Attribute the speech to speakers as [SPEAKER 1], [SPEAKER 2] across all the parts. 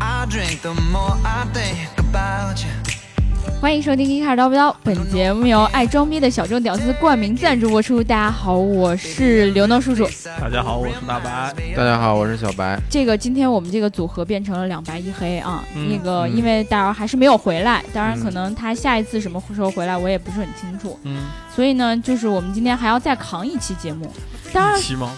[SPEAKER 1] the more I think about you.
[SPEAKER 2] 欢迎收听《一开始叨不叨》，本节目由爱装逼的小众屌丝冠名赞助播出。大家好，我是刘能叔叔。
[SPEAKER 3] 大家好，我是大白。
[SPEAKER 4] 大家好，我是小白。
[SPEAKER 2] 这个今天我们这个组合变成了两白一黑啊。
[SPEAKER 3] 嗯
[SPEAKER 2] 那个，
[SPEAKER 4] 嗯
[SPEAKER 2] 因为大姚还是没有回来，当然
[SPEAKER 4] 嗯
[SPEAKER 2] 可能他下一次什么时候回来我也不是很清楚。
[SPEAKER 3] 嗯，
[SPEAKER 2] 所以呢，就是我们今天还要再扛一期节目。当然
[SPEAKER 3] 一，期吗？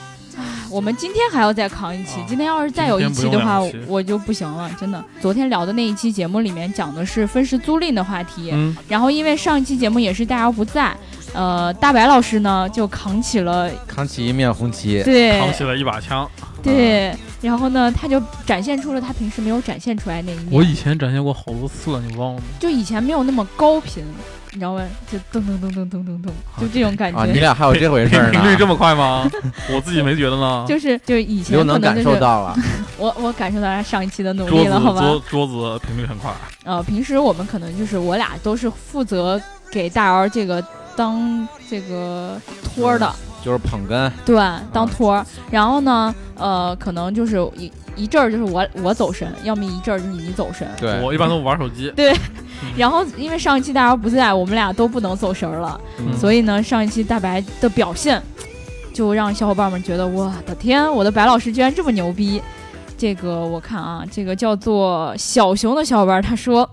[SPEAKER 2] 我们今天还要再扛一期。
[SPEAKER 3] 啊
[SPEAKER 2] 今天要是再有一期的话
[SPEAKER 3] 今天不用两期，
[SPEAKER 2] 我就不行了，真的。昨天聊的那一期节目里面讲的是分时租赁的话题。
[SPEAKER 3] 嗯，
[SPEAKER 2] 然后因为上一期节目也是大姚不在，呃，大白老师呢就扛起了
[SPEAKER 4] 扛起一面红旗，
[SPEAKER 2] 对
[SPEAKER 3] 扛起了一把枪。
[SPEAKER 2] 对，然后呢他就展现出了他平时没有展现出来那一面，
[SPEAKER 3] 我以前展现过好多次了，你忘了吗？
[SPEAKER 2] 就以前没有那么高频，你知道吗？就噔噔噔噔噔噔噔，就这种感觉。
[SPEAKER 4] 啊！你俩还有这回事
[SPEAKER 3] 频
[SPEAKER 4] 儿呢
[SPEAKER 3] 频？ 率这么快 吗？我自己没觉得呢。
[SPEAKER 2] 就是就是以前
[SPEAKER 4] 刘
[SPEAKER 2] 可
[SPEAKER 4] 能
[SPEAKER 2] 能
[SPEAKER 4] 感
[SPEAKER 2] 就
[SPEAKER 4] 受
[SPEAKER 2] 是
[SPEAKER 4] 到了，
[SPEAKER 2] 我我感受到他上一期的努
[SPEAKER 3] 桌
[SPEAKER 2] 力
[SPEAKER 3] 子
[SPEAKER 2] 了，好吧
[SPEAKER 3] 桌？桌子频率很快，
[SPEAKER 2] 呃，平时我们可能就是我俩都是负责给大姚这个当这个托儿的，
[SPEAKER 4] 就是捧哏，
[SPEAKER 2] 对，
[SPEAKER 3] 啊
[SPEAKER 2] 当托儿。然后呢，呃，可能就是一一阵儿就是我我走神，要么一阵儿就是你走神。
[SPEAKER 4] 对，
[SPEAKER 3] 我一般都玩手机。
[SPEAKER 2] 然后因为上一期大姚不在，我们俩都不能走神儿了，
[SPEAKER 4] 嗯
[SPEAKER 2] 所以呢，上一期大白的表现就让小伙伴们觉得我的天，我的白老师居然这么牛逼。这个我看啊，这个叫做小熊的小伙伴他说，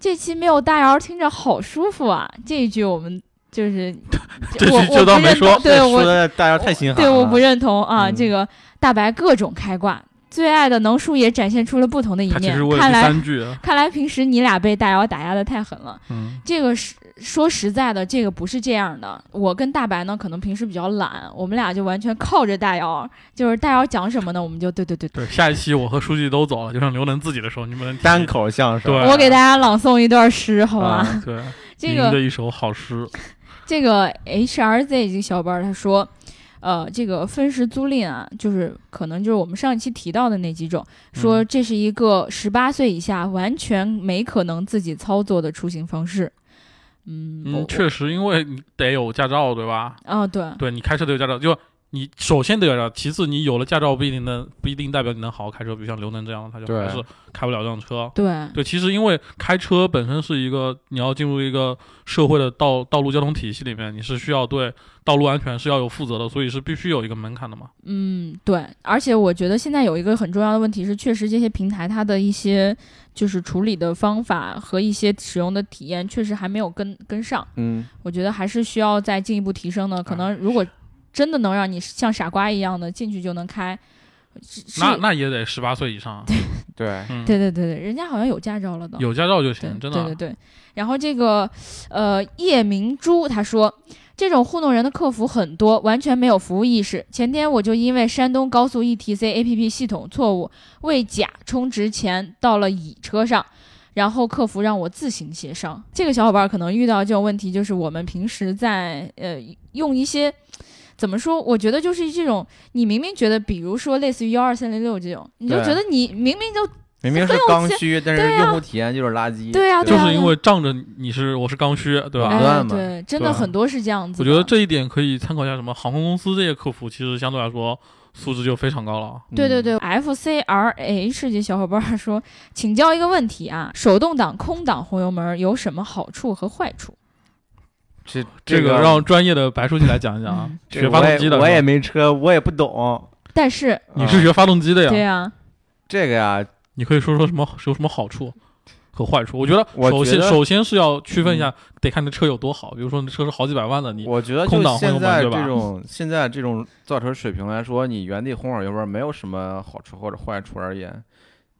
[SPEAKER 2] 这期没有大姚听着好舒服啊。这一句我们就是
[SPEAKER 3] 这句
[SPEAKER 2] 我
[SPEAKER 3] 就当没说
[SPEAKER 2] 我不认同对我
[SPEAKER 4] 说的大家太 心寒
[SPEAKER 2] 对，
[SPEAKER 4] 了。
[SPEAKER 2] 我不认同啊！
[SPEAKER 4] 嗯
[SPEAKER 2] 这个大白各种开挂，最爱的能叔也展现出了不同的一
[SPEAKER 3] 他其
[SPEAKER 2] 面
[SPEAKER 3] 实。我也
[SPEAKER 2] 看
[SPEAKER 3] 第
[SPEAKER 2] 来，
[SPEAKER 3] 三句。
[SPEAKER 2] 看来平时你俩被大姚打压的太狠了。
[SPEAKER 3] 嗯，
[SPEAKER 2] 这个是说实在的，这个不是这样的。我跟大白呢，可能平时比较懒，我们俩就完全靠着大姚，就是大姚讲什么呢，我们就对对对。
[SPEAKER 3] 对，下一期我和书记都走了，就剩刘能自己的时候，你们能提
[SPEAKER 4] 单。口相声，
[SPEAKER 3] 对，
[SPEAKER 2] 我给大家朗诵一段诗，好吧？
[SPEAKER 4] 啊
[SPEAKER 3] 对
[SPEAKER 2] 这
[SPEAKER 3] 啊您
[SPEAKER 2] 个
[SPEAKER 3] 的一首好诗。
[SPEAKER 2] 这个 HRZ 这个小伙伴他说，呃，这个分时租赁啊，就是可能就是我们上一期提到的那几种，说
[SPEAKER 3] 嗯
[SPEAKER 2] 这是一个十八岁以下完全没可能自己操作的出行方式。嗯，我
[SPEAKER 4] 哦
[SPEAKER 3] 嗯，确实，因为你得有驾照，对吧？
[SPEAKER 2] 啊、对，
[SPEAKER 3] 对你开车得有驾照，就你首先得有驾照，其次你有了驾照不一定能不一定代表你能好好开车，比如像刘能这样，他就
[SPEAKER 4] 对
[SPEAKER 3] 还是开不了辆车。
[SPEAKER 2] 对，
[SPEAKER 3] 对，其实因为开车本身是一个你要进入一个社会的道道路交通体系里面，你是需要对道路安全是要有负责的，所以是必须有一个门槛的嘛。
[SPEAKER 2] 嗯，对，而且我觉得现在有一个很重要的问题是，确实这些平台它的一些就是处理的方法和一些使用的体验，确实还没有跟跟上。
[SPEAKER 4] 嗯，
[SPEAKER 2] 我觉得还是需要再进一步提升的。可
[SPEAKER 3] 嗯
[SPEAKER 2] 能如果真的能让你像傻瓜一样的进去就能开，是是
[SPEAKER 3] 那那也得十八岁以上啊，
[SPEAKER 4] 对，
[SPEAKER 3] 嗯，
[SPEAKER 2] 对对对对，人家好像有驾照了的。
[SPEAKER 3] 有驾照就
[SPEAKER 2] 对
[SPEAKER 3] 行，真
[SPEAKER 2] 对对
[SPEAKER 3] 的。啊
[SPEAKER 2] 对。然后这个呃，叶明珠他说。这种糊弄人的客服很多，完全没有服务意识。前天我就因为山东高速 E ETC APP 系统错误，为甲充值前到了乙车上，然后客服让我自行协商。这个小伙伴可能遇到这种问题，就是我们平时在呃用一些怎么说？我觉得就是这种，你明明觉得，比如说类似于幺二三零六这种，你就
[SPEAKER 4] 对
[SPEAKER 2] 觉得你明明就
[SPEAKER 4] 明明是刚需，但
[SPEAKER 2] 对
[SPEAKER 4] 是
[SPEAKER 2] 啊
[SPEAKER 4] 用户体验就是垃圾。
[SPEAKER 2] 对呀、啊对
[SPEAKER 3] 就
[SPEAKER 2] 呀、
[SPEAKER 3] 是因为仗着你是我是刚需，对吧？
[SPEAKER 4] 哎
[SPEAKER 2] 哎，
[SPEAKER 4] 乱嘛
[SPEAKER 2] 对，真的
[SPEAKER 3] 对啊
[SPEAKER 2] 很多是这样子
[SPEAKER 3] 我
[SPEAKER 2] 的。
[SPEAKER 3] 觉得这一点可以参考一下什么航空公司这些客服，其实相对来说素质就非常高了。啊
[SPEAKER 4] 嗯
[SPEAKER 2] 对对对，FCRH 这小伙伴儿说，请教一个问题啊， 手动挡空挡红油门儿有什么好处和坏处？
[SPEAKER 4] 这
[SPEAKER 3] 这个让专业的白书记来讲一讲啊
[SPEAKER 2] 嗯，
[SPEAKER 4] 这
[SPEAKER 3] 学
[SPEAKER 4] 个
[SPEAKER 3] 发
[SPEAKER 4] 我
[SPEAKER 3] 动
[SPEAKER 4] 也
[SPEAKER 3] 机的，
[SPEAKER 4] 我也没车，我也不懂。
[SPEAKER 2] 但是，
[SPEAKER 3] 你是
[SPEAKER 4] 啊
[SPEAKER 3] 学发动机的呀？
[SPEAKER 2] 对啊呀、
[SPEAKER 4] 这个呀？
[SPEAKER 3] 你可以说说什么有什么好处和坏处？我觉得
[SPEAKER 4] 我
[SPEAKER 3] 首
[SPEAKER 4] 觉
[SPEAKER 3] 先
[SPEAKER 4] 得嗯
[SPEAKER 3] 首先是要区分一下，得看你的车有多好。比如说你车是好几百万的，你
[SPEAKER 4] 我觉得
[SPEAKER 3] 空
[SPEAKER 4] 就
[SPEAKER 3] 挡会
[SPEAKER 4] 现
[SPEAKER 3] 用
[SPEAKER 4] 在
[SPEAKER 3] 门对吧
[SPEAKER 4] 这种现在这种造车水平来说，你原地红火油门没有什么好处或者坏处而言。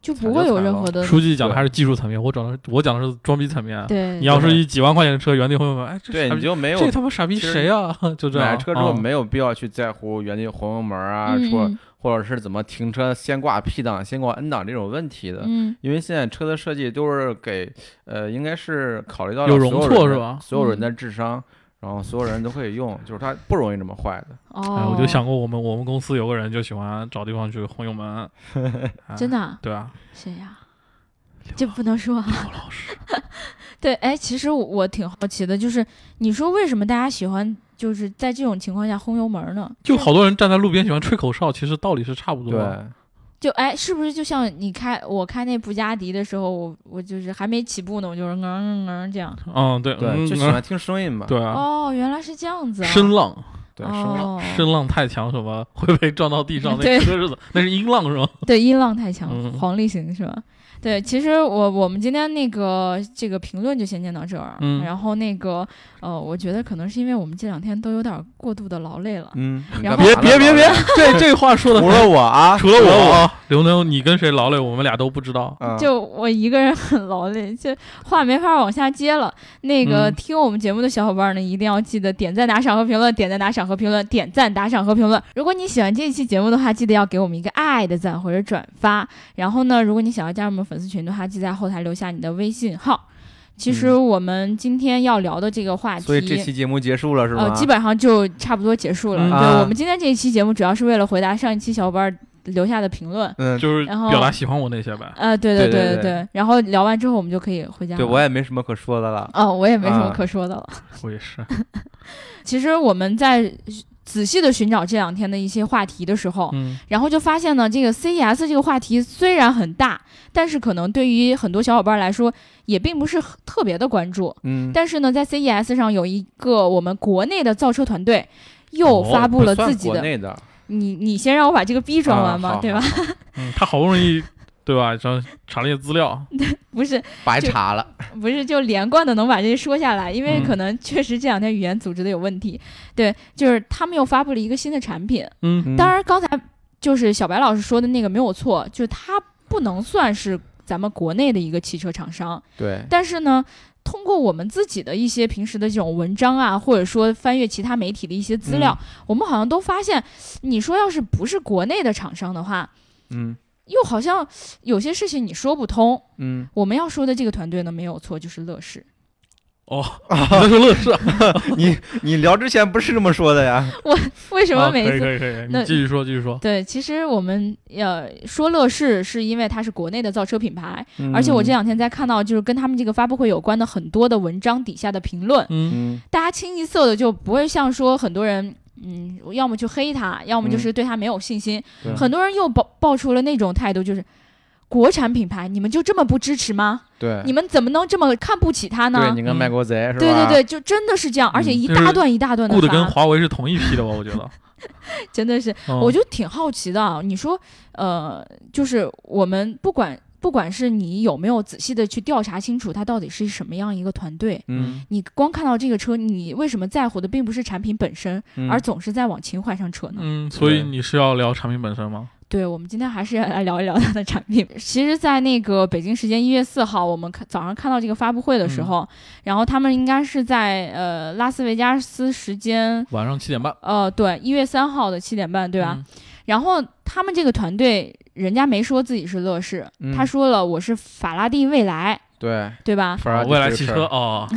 [SPEAKER 2] 就不会有任何的
[SPEAKER 3] 书记讲的还是技术层面，我讲的我讲的是装逼层面。
[SPEAKER 2] 对。
[SPEAKER 3] 你要是一几万块钱的车，原地会问，哎，这
[SPEAKER 4] 对，
[SPEAKER 3] 傻
[SPEAKER 4] 你
[SPEAKER 3] 逼
[SPEAKER 4] 就没有
[SPEAKER 3] 这他妈傻逼
[SPEAKER 4] 其实
[SPEAKER 3] 谁啊？ 就这样。
[SPEAKER 4] 买车之后
[SPEAKER 3] 嗯
[SPEAKER 4] 没有必要去在乎原地红油门啊，
[SPEAKER 2] 嗯
[SPEAKER 4] 说或者是怎么停车先挂 P 档先挂 N 档这种问题的，
[SPEAKER 2] 嗯，
[SPEAKER 4] 因为现在车的设计都是给呃，应该是考虑到了
[SPEAKER 3] 有
[SPEAKER 4] 所
[SPEAKER 3] 容
[SPEAKER 4] 有
[SPEAKER 3] 错是
[SPEAKER 4] 人的
[SPEAKER 3] 吧
[SPEAKER 4] 所有人
[SPEAKER 2] 嗯
[SPEAKER 4] 的智商，然后所有人都可以用，就是它不容易这么坏的。
[SPEAKER 3] 哎，
[SPEAKER 2] 哦，
[SPEAKER 3] 我就想过我们我们公司有个人就喜欢找地方去轰油 门，哎
[SPEAKER 2] 真的啊、
[SPEAKER 3] 对 啊，
[SPEAKER 2] 谁呀、这不能说啊。
[SPEAKER 3] 刘老师，
[SPEAKER 2] 对，哎，其实我我挺好奇的，就是你说为什么大家喜欢就是在这种情况下轰油门儿呢？
[SPEAKER 3] 就好多人站在路边喜欢吹口哨，其实道理是差不多
[SPEAKER 4] 对
[SPEAKER 3] 的。，
[SPEAKER 2] 就哎，是不是就像你开我开那布加迪的时候，我我就是还没起步呢，我就是嗯嗯嗯这样。
[SPEAKER 5] 嗯，对，嗯
[SPEAKER 4] 对，就喜
[SPEAKER 5] 嗯
[SPEAKER 4] 欢听声音嘛，
[SPEAKER 5] 对啊，
[SPEAKER 2] 哦，原来是这样子啊。
[SPEAKER 5] 声浪，
[SPEAKER 4] 对声音。
[SPEAKER 2] 哦，
[SPEAKER 5] 声浪太强，什么会被撞到 地上那
[SPEAKER 2] 对
[SPEAKER 5] 车是怎？那是音浪是吗？
[SPEAKER 2] 对，音浪太强，
[SPEAKER 5] 嗯
[SPEAKER 2] 黄立行是吧？对，其实我我们今天那个这个评论就先念到这儿，啊
[SPEAKER 5] 嗯
[SPEAKER 2] 然后那个呃，我觉得可能是因为我们这两天都有点过度的劳累了，
[SPEAKER 4] 嗯，你
[SPEAKER 2] 然
[SPEAKER 4] 干
[SPEAKER 2] 后
[SPEAKER 4] 嘛
[SPEAKER 5] 别别
[SPEAKER 4] 呢
[SPEAKER 5] 别别
[SPEAKER 4] 老师，
[SPEAKER 5] 这这话说的
[SPEAKER 4] 除了我啊，
[SPEAKER 5] 除了我，啊，刘能，你跟谁劳累？我们俩都不知道。
[SPEAKER 4] 嗯
[SPEAKER 2] 就我一个人很劳累，这话没法往下接了。那个、
[SPEAKER 5] 嗯
[SPEAKER 2] 听我们节目的小伙伴呢，一定要记得点赞、打赏和评论，点赞、打赏和评论，点赞、打赏和评论。如果你喜欢这一期节目的话，记得要给我们一个爱的赞或者转发。然后呢，如果你想要加入我们粉丝群的话，记得在后台留下你的微信号。其实我们今天要聊的这个话题，
[SPEAKER 4] 嗯所以这期节目结束了是
[SPEAKER 2] 呃
[SPEAKER 4] 吗？，
[SPEAKER 2] 基本上就差不多结束了。
[SPEAKER 5] 嗯
[SPEAKER 2] 对、
[SPEAKER 4] 啊
[SPEAKER 2] 我们今天这一期节目主要是为了回答上一期小伙伴留下的评论。
[SPEAKER 4] 嗯，
[SPEAKER 5] 就是
[SPEAKER 2] 然后
[SPEAKER 5] 表达喜欢我那些呗。
[SPEAKER 2] 呃，对对
[SPEAKER 4] 对
[SPEAKER 2] 对
[SPEAKER 4] 对
[SPEAKER 2] 对，然后聊完之后我们就可以回家了。
[SPEAKER 4] 对我也没什么可说的了。
[SPEAKER 2] 哦，我也没什么
[SPEAKER 4] 啊
[SPEAKER 2] 可说的了。
[SPEAKER 5] 我也 是，
[SPEAKER 2] 其实我们在仔细的寻找这两天的一些话题的时候，
[SPEAKER 5] 嗯，
[SPEAKER 2] 然后就发现呢，这个 CES 这个话题虽然很大，但是可能对于很多小伙伴来说也并不是很特别的关注。
[SPEAKER 4] 嗯，
[SPEAKER 2] 但是呢，在 CES 上有一个我们国内的造车团队又发布了自己
[SPEAKER 4] 哦不算国
[SPEAKER 2] 的，
[SPEAKER 4] 内的，
[SPEAKER 2] 你你先让我把这个逼装完嘛，
[SPEAKER 4] 啊好
[SPEAKER 2] 对吧？
[SPEAKER 5] 嗯，他好不容易，对吧？查查了一些资料，
[SPEAKER 2] 不是
[SPEAKER 4] 白
[SPEAKER 2] 就
[SPEAKER 4] 查了。
[SPEAKER 2] 不是就连贯的能把这说下来，因为
[SPEAKER 5] 嗯
[SPEAKER 2] 可能确实这两天语言组织的有问题。对，就是他们又发布了一个新的产品，
[SPEAKER 5] 嗯，
[SPEAKER 2] 当然，刚才就是小白老师说的那个没有错，就是它不能算是咱们国内的一个汽车厂商，
[SPEAKER 4] 对，
[SPEAKER 2] 但是呢。通过我们自己的一些平时的这种文章啊，或者说翻阅其他媒体的一些资料，
[SPEAKER 5] 嗯
[SPEAKER 2] 我们好像都发现，你说要是不是国内的厂商的话，
[SPEAKER 4] 嗯
[SPEAKER 2] 又好像有些事情你说不通。
[SPEAKER 4] 嗯，
[SPEAKER 2] 我们要说的这个团队呢，没有错，就是乐视。
[SPEAKER 5] 哦，你在说乐视啊，
[SPEAKER 4] 你你聊之前不是这么说的呀？
[SPEAKER 2] 为 什么
[SPEAKER 5] 啊
[SPEAKER 2] 每
[SPEAKER 5] 可
[SPEAKER 2] 一
[SPEAKER 5] 以
[SPEAKER 2] 次
[SPEAKER 5] 可以可以，
[SPEAKER 2] 那
[SPEAKER 5] 你继续说继续说。
[SPEAKER 2] 对，其实我们呃说乐视是因为它是国内的造车品牌，
[SPEAKER 4] 嗯
[SPEAKER 2] 而且我
[SPEAKER 5] 嗯
[SPEAKER 2] 这两天在看到就是跟他们这个发布会有关的很多的文章底下的评论，
[SPEAKER 5] 嗯，
[SPEAKER 4] 嗯，
[SPEAKER 2] 大家清一色的就不会像说很多人。嗯，要么去黑他，要
[SPEAKER 5] 嗯
[SPEAKER 2] 么就是对他没有信心。
[SPEAKER 4] 对
[SPEAKER 2] 很多人又爆爆出了那种态度，就是国产品牌，你们就这么不支持吗？
[SPEAKER 4] 对，
[SPEAKER 2] 你们怎么能这么看不起他
[SPEAKER 4] 对
[SPEAKER 2] 呢
[SPEAKER 4] 你？跟卖国贼是吧？
[SPEAKER 2] 对对对，就真的是这样，而且一
[SPEAKER 5] 嗯就
[SPEAKER 2] 大
[SPEAKER 5] 是
[SPEAKER 2] 段一大段的
[SPEAKER 5] 雇的
[SPEAKER 2] 发
[SPEAKER 5] 跟华为是同一批的吧？我觉 得，
[SPEAKER 2] 真的是
[SPEAKER 5] 嗯
[SPEAKER 2] 我就挺好奇的啊，你说，呃，就是我们不管不管是你有没有仔细的去调查清楚它到底是什么样一个团队，
[SPEAKER 4] 嗯，
[SPEAKER 2] 你光看到这个车，你为什么在乎的并不是产品本身，
[SPEAKER 4] 嗯，
[SPEAKER 2] 而总是在往情怀上扯呢？
[SPEAKER 5] 嗯，所以你是要聊产品本身吗？
[SPEAKER 2] 对，我们今天还是要来聊一聊它的产品。其实，在那个北京时间一月四号，我们看早上看到这个发布会
[SPEAKER 5] 嗯
[SPEAKER 2] 的时候，然后他们应该是在呃拉斯维加斯时间，
[SPEAKER 5] 晚上七点半，
[SPEAKER 2] 呃，对，一月三号的七点半，对吧？啊
[SPEAKER 5] 嗯？
[SPEAKER 2] 然后他们这个团队，人家没说自己是乐视，
[SPEAKER 4] 嗯
[SPEAKER 2] 他说了我是法拉第未来，
[SPEAKER 4] 对，
[SPEAKER 2] 对吧？
[SPEAKER 4] 反而
[SPEAKER 5] 未来汽车哦，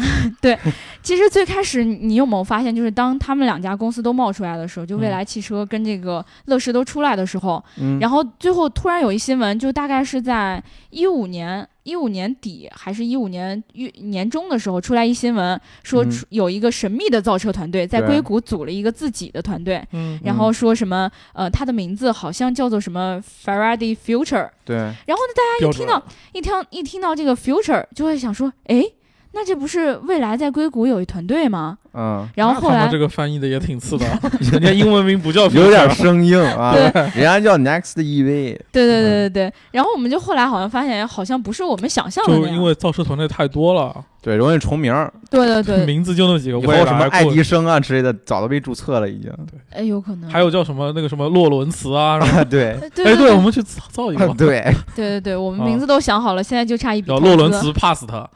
[SPEAKER 2] 其实最开始你有没有发现，就是当他们两家公司都冒出来的时候，就未
[SPEAKER 5] 嗯
[SPEAKER 2] 来汽车跟这个乐视都出来的时候，
[SPEAKER 4] 嗯，
[SPEAKER 2] 然后最后突然有一新闻，就大概是在一五年。一五年底还是一五年月年中的时候，出来一新闻说
[SPEAKER 4] 嗯
[SPEAKER 2] 出有一个神秘的造车团队在
[SPEAKER 4] 对
[SPEAKER 2] 硅谷组了一个自己的团队，
[SPEAKER 5] 嗯
[SPEAKER 2] 然后说什么呃，它的名字好像叫做什么 Faraday Future，
[SPEAKER 4] 对，
[SPEAKER 2] 然后呢，大
[SPEAKER 5] 标
[SPEAKER 2] 家
[SPEAKER 5] 准
[SPEAKER 2] 一听到一听一听到这个 future，就会想说，哎，那这不是未来在硅谷有一团队吗？
[SPEAKER 4] 嗯，
[SPEAKER 2] 然后
[SPEAKER 5] 那
[SPEAKER 2] 后
[SPEAKER 5] 他
[SPEAKER 2] 来
[SPEAKER 5] 们这个翻译的也挺次
[SPEAKER 3] 啊
[SPEAKER 5] 的，人家英文名不叫
[SPEAKER 4] 有点
[SPEAKER 5] Future
[SPEAKER 4] 生硬啊，
[SPEAKER 2] 对
[SPEAKER 4] 人家叫 Next E EV，
[SPEAKER 2] 对对对
[SPEAKER 3] 嗯
[SPEAKER 2] 对对，然后我们就后来好像发现，好像不是我们想象的
[SPEAKER 3] 就
[SPEAKER 2] 那
[SPEAKER 3] 是因
[SPEAKER 2] 样。
[SPEAKER 3] 为造车团队太多了，
[SPEAKER 4] 对，容易重名儿，
[SPEAKER 2] 对对对，
[SPEAKER 3] 名字就那几个，
[SPEAKER 4] 以
[SPEAKER 3] 未
[SPEAKER 4] 后
[SPEAKER 3] 来
[SPEAKER 4] 什么爱
[SPEAKER 3] 过
[SPEAKER 4] 迪生啊之类的，早都被注册了已 经。
[SPEAKER 2] 哎，有可能。
[SPEAKER 3] 还有叫什么那个什么洛伦茨啊，什么
[SPEAKER 4] 对，，
[SPEAKER 2] 哎对
[SPEAKER 3] 哎，
[SPEAKER 2] 对对
[SPEAKER 3] 我们去造造一个
[SPEAKER 4] 对，
[SPEAKER 2] 对对对，我们
[SPEAKER 3] 啊
[SPEAKER 2] 名字都想好了，现在就差一笔
[SPEAKER 5] 叫
[SPEAKER 2] 投
[SPEAKER 5] 洛伦
[SPEAKER 2] 资。
[SPEAKER 5] 茨 pass 他。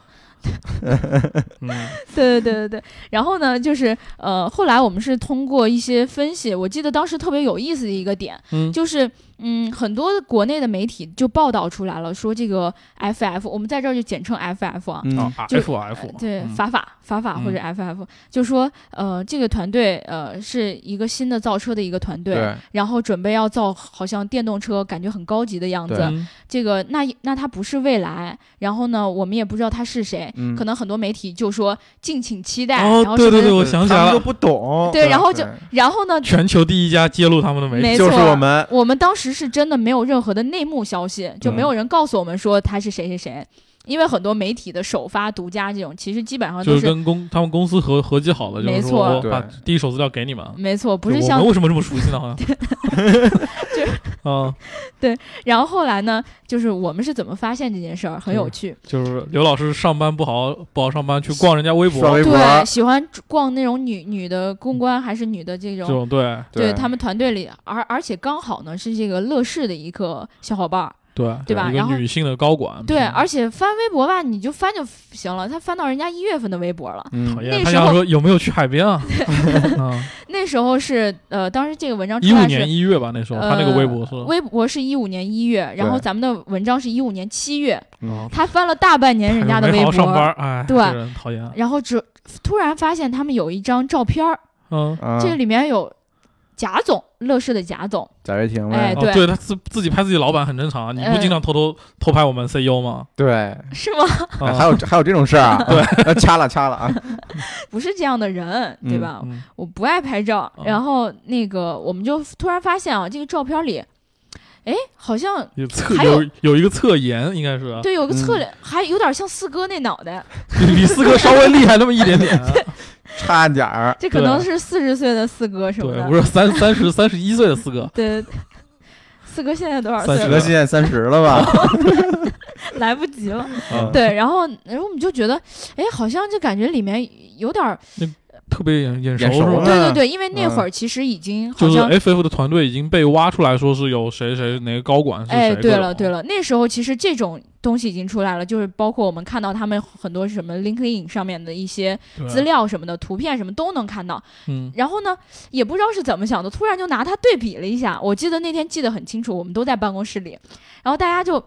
[SPEAKER 5] 嗯，
[SPEAKER 2] 对对对对对。然后呢，就是呃，后来我们是通过一些分析，我记得当时特别有意思的一个点，
[SPEAKER 5] 嗯
[SPEAKER 2] 就是嗯，很多国内的媒体就报道出来了，说这个 FF，我们在这儿就简称 FF 啊，
[SPEAKER 4] 嗯
[SPEAKER 5] 啊
[SPEAKER 2] 就
[SPEAKER 5] ，F F，
[SPEAKER 2] 对，
[SPEAKER 3] 嗯
[SPEAKER 2] 法法法法或者 FF，、就说呃，这个团队呃是一个新的造车的一个团队，
[SPEAKER 4] 对，
[SPEAKER 2] 然后准备要造好像电动车，感觉很高级的样子
[SPEAKER 3] 嗯
[SPEAKER 4] 对。
[SPEAKER 2] 这个那那它不是未来，然后呢，我们也不知道它是谁，
[SPEAKER 4] 嗯
[SPEAKER 2] 可能很多媒体就说敬请期待，
[SPEAKER 3] 哦
[SPEAKER 2] 然后
[SPEAKER 3] 对
[SPEAKER 2] 什
[SPEAKER 3] 对对，
[SPEAKER 2] 么
[SPEAKER 3] 我想起
[SPEAKER 4] 他
[SPEAKER 3] 来
[SPEAKER 4] 们都
[SPEAKER 3] 了，
[SPEAKER 4] 不懂，
[SPEAKER 2] 对然后
[SPEAKER 4] 对
[SPEAKER 2] 然后呢，
[SPEAKER 3] 全球第一家揭露他们的媒体，
[SPEAKER 2] 没错，
[SPEAKER 4] 就是我们，
[SPEAKER 2] 我们当时是真的没有任何的内幕消息，就
[SPEAKER 3] 嗯
[SPEAKER 2] 没有人告诉我们说他是谁谁谁，因为很多媒体的首发、独家这种，其实基本上
[SPEAKER 3] 就
[SPEAKER 2] 都
[SPEAKER 3] 是
[SPEAKER 2] 是
[SPEAKER 3] 跟公他们公司合合计好的，就
[SPEAKER 2] 没
[SPEAKER 3] 是
[SPEAKER 2] 错
[SPEAKER 3] 说我
[SPEAKER 4] 对
[SPEAKER 3] 把第一手资料给你们。
[SPEAKER 2] 没错，不
[SPEAKER 3] 就是我
[SPEAKER 2] 像
[SPEAKER 3] 们为什么这么熟悉呢？ 好像
[SPEAKER 2] 就
[SPEAKER 3] 啊，
[SPEAKER 2] 然后后来呢，就是我们是怎么发现这件事儿，很
[SPEAKER 3] 嗯
[SPEAKER 2] 有趣。
[SPEAKER 3] 就是刘老师上班不好不好上班，去逛人家微博
[SPEAKER 4] 刷微博，
[SPEAKER 2] 对，喜欢逛那种女女的公关还是女的这
[SPEAKER 3] 这
[SPEAKER 2] 种，
[SPEAKER 3] 种对
[SPEAKER 2] 对他们团队里，而而且刚好呢是这个乐视的一个小伙伴儿，
[SPEAKER 3] 对
[SPEAKER 2] 对吧
[SPEAKER 3] 一个
[SPEAKER 2] 然后
[SPEAKER 3] 女性的高管
[SPEAKER 2] 对，
[SPEAKER 3] 嗯
[SPEAKER 2] 而且翻微博吧，你就翻就行了，他翻到人家一月份的微博了。
[SPEAKER 3] 讨
[SPEAKER 4] 嗯，
[SPEAKER 3] 厌，
[SPEAKER 2] 那
[SPEAKER 3] 他
[SPEAKER 2] 时候
[SPEAKER 3] 想说有没有去海 边啊？嗯
[SPEAKER 2] 那时候是呃，当时这个文章出
[SPEAKER 3] 一五
[SPEAKER 2] 来是
[SPEAKER 3] 年一月吧，那时候
[SPEAKER 2] 呃
[SPEAKER 3] 他那个微博是
[SPEAKER 2] 微博是一五年一月，然后咱们的文章是一五年七月，
[SPEAKER 4] 嗯
[SPEAKER 2] 他翻了大半年人家的微
[SPEAKER 3] 没好好上
[SPEAKER 2] 博，
[SPEAKER 3] 班，哎，
[SPEAKER 2] 对
[SPEAKER 3] 这人讨厌，
[SPEAKER 2] 然后只突然发现他们有一张照片儿，
[SPEAKER 3] 嗯，
[SPEAKER 4] 啊
[SPEAKER 2] 这里面有贾总，乐视的贾总，
[SPEAKER 4] 贾跃亭
[SPEAKER 2] 哎
[SPEAKER 4] 呗，
[SPEAKER 3] 哦
[SPEAKER 2] 对
[SPEAKER 3] 对他自自己拍自己老板很正常啊，你不
[SPEAKER 2] 呃
[SPEAKER 3] 经常偷偷偷拍我们 CEO 吗？
[SPEAKER 4] 对，
[SPEAKER 2] 是吗？
[SPEAKER 3] 啊
[SPEAKER 4] 还有还有这种事儿啊？ 对，掐了掐了啊，
[SPEAKER 2] 不是这样的人，对吧？
[SPEAKER 3] 嗯
[SPEAKER 2] 我不爱拍照，
[SPEAKER 3] 嗯
[SPEAKER 2] 然后那个我们就突然发现啊，这个照片里，哎，好像
[SPEAKER 3] 有侧
[SPEAKER 2] 还有
[SPEAKER 3] 有有一个侧颜，应该 是
[SPEAKER 2] 对有个侧
[SPEAKER 4] 嗯
[SPEAKER 2] 脸，还有点像四哥那脑袋，
[SPEAKER 3] 比比四哥稍微厉害那么一点 啊点。
[SPEAKER 4] 差点儿，
[SPEAKER 2] 这可
[SPEAKER 3] 对
[SPEAKER 2] 能是四十岁的四哥什么
[SPEAKER 3] 对，
[SPEAKER 2] 的
[SPEAKER 3] 不，是三三十三十一岁的四哥，
[SPEAKER 2] 对。 四哥现在多少岁
[SPEAKER 3] 三
[SPEAKER 2] 了
[SPEAKER 3] 十
[SPEAKER 4] 哲？现在三十了吧？
[SPEAKER 2] 来不及了。
[SPEAKER 4] 嗯
[SPEAKER 2] 对，然后然后我们就觉得，哎，好像就感觉里面有点儿，
[SPEAKER 3] 特别眼眼熟
[SPEAKER 4] 眼
[SPEAKER 3] 是
[SPEAKER 4] 熟
[SPEAKER 3] 吧？
[SPEAKER 2] 对对
[SPEAKER 4] 嗯
[SPEAKER 2] 对，因为那会儿其实已经好
[SPEAKER 3] 就是
[SPEAKER 2] 像，
[SPEAKER 3] FF 的团队已经被挖出来说是有谁谁哪个高管是谁
[SPEAKER 2] 哎，
[SPEAKER 3] 各种，
[SPEAKER 2] 对了对了，那时候其实这种东西已经出来了，就是包括我们看到他们很多什么 LinkedIn 上面的一些
[SPEAKER 3] 对
[SPEAKER 2] 资，料什么的、图片什么都能看到。
[SPEAKER 3] 嗯，
[SPEAKER 2] 然后呢，也不知道是怎么想的，突然就拿它对比了一下。我记得那天记得很清楚，我们都在办公室里，然后大家就。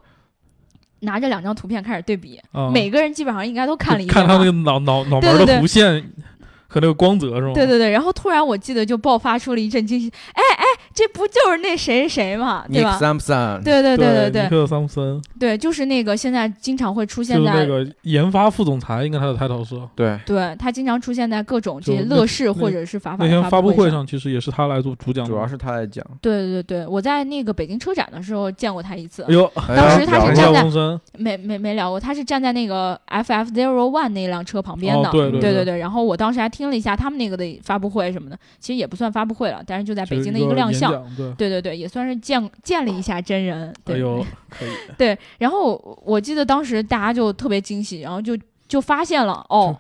[SPEAKER 2] 拿着两张图片开始对比，
[SPEAKER 3] 啊
[SPEAKER 2] 每个人基本上应该都看了一
[SPEAKER 3] 就
[SPEAKER 2] 遍
[SPEAKER 3] 看
[SPEAKER 2] 吧。
[SPEAKER 3] 他那个脑脑脑
[SPEAKER 2] 对
[SPEAKER 3] 门
[SPEAKER 2] 对
[SPEAKER 3] 的
[SPEAKER 2] 对
[SPEAKER 3] 弧线 和那个光泽是吗？
[SPEAKER 2] 对对对，然后突然我记得就爆发出了一阵惊喜，哎哎，这不就是那谁谁吗？对
[SPEAKER 4] Nick
[SPEAKER 2] 吧？
[SPEAKER 4] Sampson，
[SPEAKER 2] 对对对
[SPEAKER 3] 对
[SPEAKER 2] 对对
[SPEAKER 3] 尼克桑普森
[SPEAKER 2] 对，就是那个现在经常会出
[SPEAKER 3] 就是
[SPEAKER 2] 现
[SPEAKER 3] 那
[SPEAKER 2] 在，
[SPEAKER 3] 个研发副总裁，应该他的 title 是。
[SPEAKER 4] 对，
[SPEAKER 2] 对他经常出现在各种这
[SPEAKER 3] 就
[SPEAKER 2] 些
[SPEAKER 3] 那
[SPEAKER 2] 乐视
[SPEAKER 3] 那
[SPEAKER 2] 或者是法法
[SPEAKER 3] 那天
[SPEAKER 2] 发
[SPEAKER 3] 发布
[SPEAKER 2] 会
[SPEAKER 3] 会。上其实也是他来做主讲的，
[SPEAKER 4] 主要是他在讲，
[SPEAKER 2] 对对对，我在那个北京车展的时候见过他一次
[SPEAKER 3] 哎，呦，
[SPEAKER 2] 当时他是站
[SPEAKER 3] 谈笑
[SPEAKER 2] 在
[SPEAKER 3] 风生，
[SPEAKER 2] 没没没聊过，他是站在那个 FF Zero One 那辆车旁边的。
[SPEAKER 3] 哦对
[SPEAKER 2] 对
[SPEAKER 3] 对
[SPEAKER 2] 对，然后我当时还听了一下他们那个的发布会什么的，其实也不算发布会了，但是就在北京的
[SPEAKER 3] 就是
[SPEAKER 2] 个亮
[SPEAKER 3] 演
[SPEAKER 2] 相。
[SPEAKER 3] 讲，对，
[SPEAKER 2] 对对对，也算是见见了一下真人。对，
[SPEAKER 3] 哎呦，可以，
[SPEAKER 2] 对，然后我我记得当时大家就特别惊喜，然后就就发现了哦，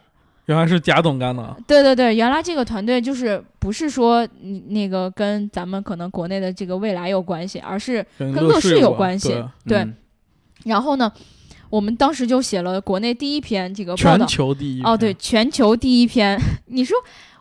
[SPEAKER 3] 原来是贾总干的，啊
[SPEAKER 2] 对对对，原来这个团队就是不是说你那个跟咱们可能国内的这个未来有关系，而是
[SPEAKER 3] 跟
[SPEAKER 2] 跟乐视
[SPEAKER 3] 有
[SPEAKER 2] 有关系。
[SPEAKER 3] 对
[SPEAKER 2] 对，
[SPEAKER 4] 嗯
[SPEAKER 2] 然后呢，我们当时就写了国内第一篇这个报道
[SPEAKER 3] 全，球第一，
[SPEAKER 2] 哦对，，全球第一篇。 你说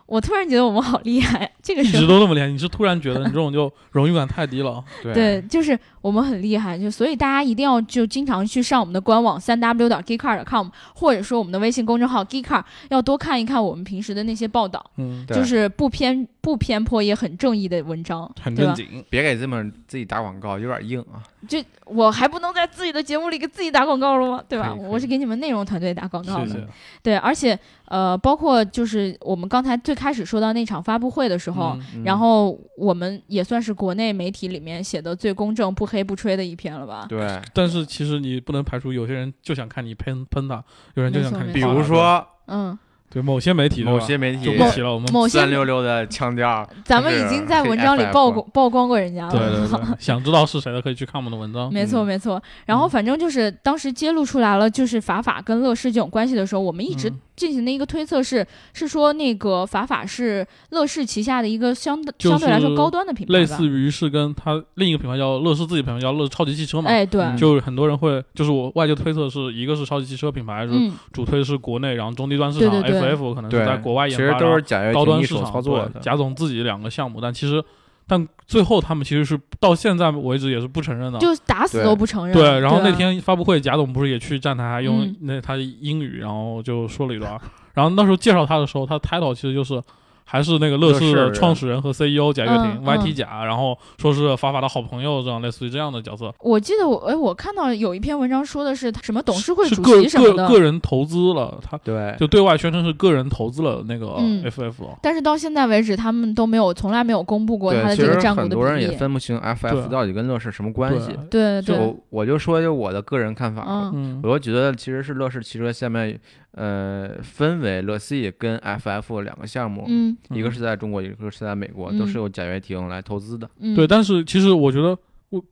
[SPEAKER 2] 我突然觉得我们好厉害，这个
[SPEAKER 3] 一
[SPEAKER 2] 时
[SPEAKER 3] 直
[SPEAKER 2] 候。
[SPEAKER 3] 都那么厉害，你是突然觉得你这种就荣誉感太低了，啊
[SPEAKER 2] 对，就是我们很厉害，就所以大家一定要就经常去上我们的官网三 w 点 geekcar com，或者说我们的微信公众号 geekcar，要多看一看我们平时的那些报道，
[SPEAKER 3] 嗯，
[SPEAKER 4] 对
[SPEAKER 2] 就是不偏不偏颇也很正义的文章，
[SPEAKER 3] 很
[SPEAKER 2] 对
[SPEAKER 3] 正
[SPEAKER 2] 吧？
[SPEAKER 3] 经，
[SPEAKER 4] 别给这么自己打广告，有点硬啊。
[SPEAKER 2] 就我还不能在自己的节目里给自己打广告了吗？对吧？
[SPEAKER 4] 可以可以
[SPEAKER 2] 我是给你们内容团队打广告
[SPEAKER 3] 谢
[SPEAKER 2] 的。
[SPEAKER 3] 谢。
[SPEAKER 2] 对，而且呃，包括就是我们刚才最开始说到那场发布会的时候。
[SPEAKER 3] 嗯
[SPEAKER 4] 嗯
[SPEAKER 2] 然后我们也算是国内媒体里面写的最公正、不黑不吹的一篇了吧？
[SPEAKER 4] 对，
[SPEAKER 3] 但是其实你不能排除有些人就想看你喷喷他，有人就想看你
[SPEAKER 2] 没错
[SPEAKER 3] 骂
[SPEAKER 4] 比
[SPEAKER 3] 他，
[SPEAKER 4] 如说
[SPEAKER 2] 嗯，
[SPEAKER 3] 对某些媒体，
[SPEAKER 4] 某
[SPEAKER 3] 对吧
[SPEAKER 4] 些媒
[SPEAKER 3] 就
[SPEAKER 4] 体
[SPEAKER 3] 不提了，我们
[SPEAKER 2] 某些
[SPEAKER 4] 酸溜溜的腔调，
[SPEAKER 2] 咱们已经在文章里曝光曝光过人家了。
[SPEAKER 3] 对对对，想知道是谁的可以去看我们的文章，
[SPEAKER 2] 没错
[SPEAKER 4] 嗯
[SPEAKER 2] 没错，然后反正就是当时揭露出来了，就是法法跟乐视这种关系的时候，我们一直
[SPEAKER 3] 嗯
[SPEAKER 2] 进行的一个推测是，是说那个法法是乐视旗下的一个相对
[SPEAKER 3] 就
[SPEAKER 2] 相对来说
[SPEAKER 3] 是
[SPEAKER 2] 高端的品牌吧，
[SPEAKER 3] 类似于是跟他另一个品牌叫乐视自己品牌叫乐视超级汽车嘛，
[SPEAKER 2] 哎对，
[SPEAKER 4] 嗯
[SPEAKER 3] 就是很多人会，就是我外界推测是一个是超级汽车品牌，是
[SPEAKER 2] 嗯
[SPEAKER 3] 主推是国内，然后中低端市场
[SPEAKER 2] 对对对
[SPEAKER 3] FF 可能
[SPEAKER 4] 对，
[SPEAKER 3] 是在国外研
[SPEAKER 4] 其
[SPEAKER 3] 发，
[SPEAKER 4] 实都是贾跃
[SPEAKER 3] 然后高
[SPEAKER 4] 亭
[SPEAKER 3] 端
[SPEAKER 4] 一
[SPEAKER 3] 市
[SPEAKER 4] 手
[SPEAKER 3] 场
[SPEAKER 4] 操作
[SPEAKER 3] 对
[SPEAKER 4] 的。
[SPEAKER 3] 贾总自己两个项目，但其实但最后他们其实是到现在为止也是不承认的。
[SPEAKER 2] 就打死都不承认。
[SPEAKER 3] 啊
[SPEAKER 2] 啊
[SPEAKER 3] 对，然后
[SPEAKER 2] 吧
[SPEAKER 3] 那天发布会，贾总不是也去站台，还用
[SPEAKER 2] 嗯
[SPEAKER 3] 那他英语，然后就说了一段儿。然后那时候介绍他的时候，他 title 其实就是还是那个乐视
[SPEAKER 4] 乐视
[SPEAKER 3] 的
[SPEAKER 4] 人
[SPEAKER 3] 创始人和 CEO 贾跃
[SPEAKER 2] 嗯
[SPEAKER 3] 亭、
[SPEAKER 2] 嗯
[SPEAKER 3] YT 贾，然后说是法法的好朋友，这样类似于这样的角色。
[SPEAKER 2] 我记得我哎，我看到有一篇文章说的是什么董事会
[SPEAKER 3] 是
[SPEAKER 2] 主
[SPEAKER 3] 个
[SPEAKER 2] 席什么
[SPEAKER 3] 个
[SPEAKER 2] 的，
[SPEAKER 3] 个人投资了，他
[SPEAKER 4] 对，
[SPEAKER 3] 就对外宣称是个人投资了那个
[SPEAKER 2] 嗯
[SPEAKER 3] FF 了。
[SPEAKER 2] 但是到现在为止，他们都没有从来没有公布过他
[SPEAKER 4] 对，
[SPEAKER 2] 的
[SPEAKER 4] 其
[SPEAKER 2] 这个
[SPEAKER 4] 实
[SPEAKER 2] 占股
[SPEAKER 4] 很
[SPEAKER 2] 的
[SPEAKER 4] 多人
[SPEAKER 2] 比
[SPEAKER 4] 也
[SPEAKER 2] 例。
[SPEAKER 4] 分不清 FF
[SPEAKER 3] 对
[SPEAKER 4] 到底跟乐视什么关系。
[SPEAKER 3] 对
[SPEAKER 2] 对
[SPEAKER 4] 就
[SPEAKER 2] 对，
[SPEAKER 4] 我我就说就我的个人看法吧，
[SPEAKER 2] 嗯
[SPEAKER 3] 嗯，
[SPEAKER 4] 我就觉得其实是乐视汽车下面呃分为乐 C 跟 FF 两个项目，
[SPEAKER 2] 嗯
[SPEAKER 4] 一个是在中国，一个是在美国，都
[SPEAKER 2] 嗯
[SPEAKER 4] 是由贾跃亭来投资的。
[SPEAKER 2] 嗯，
[SPEAKER 3] 对，但是其实我觉得，我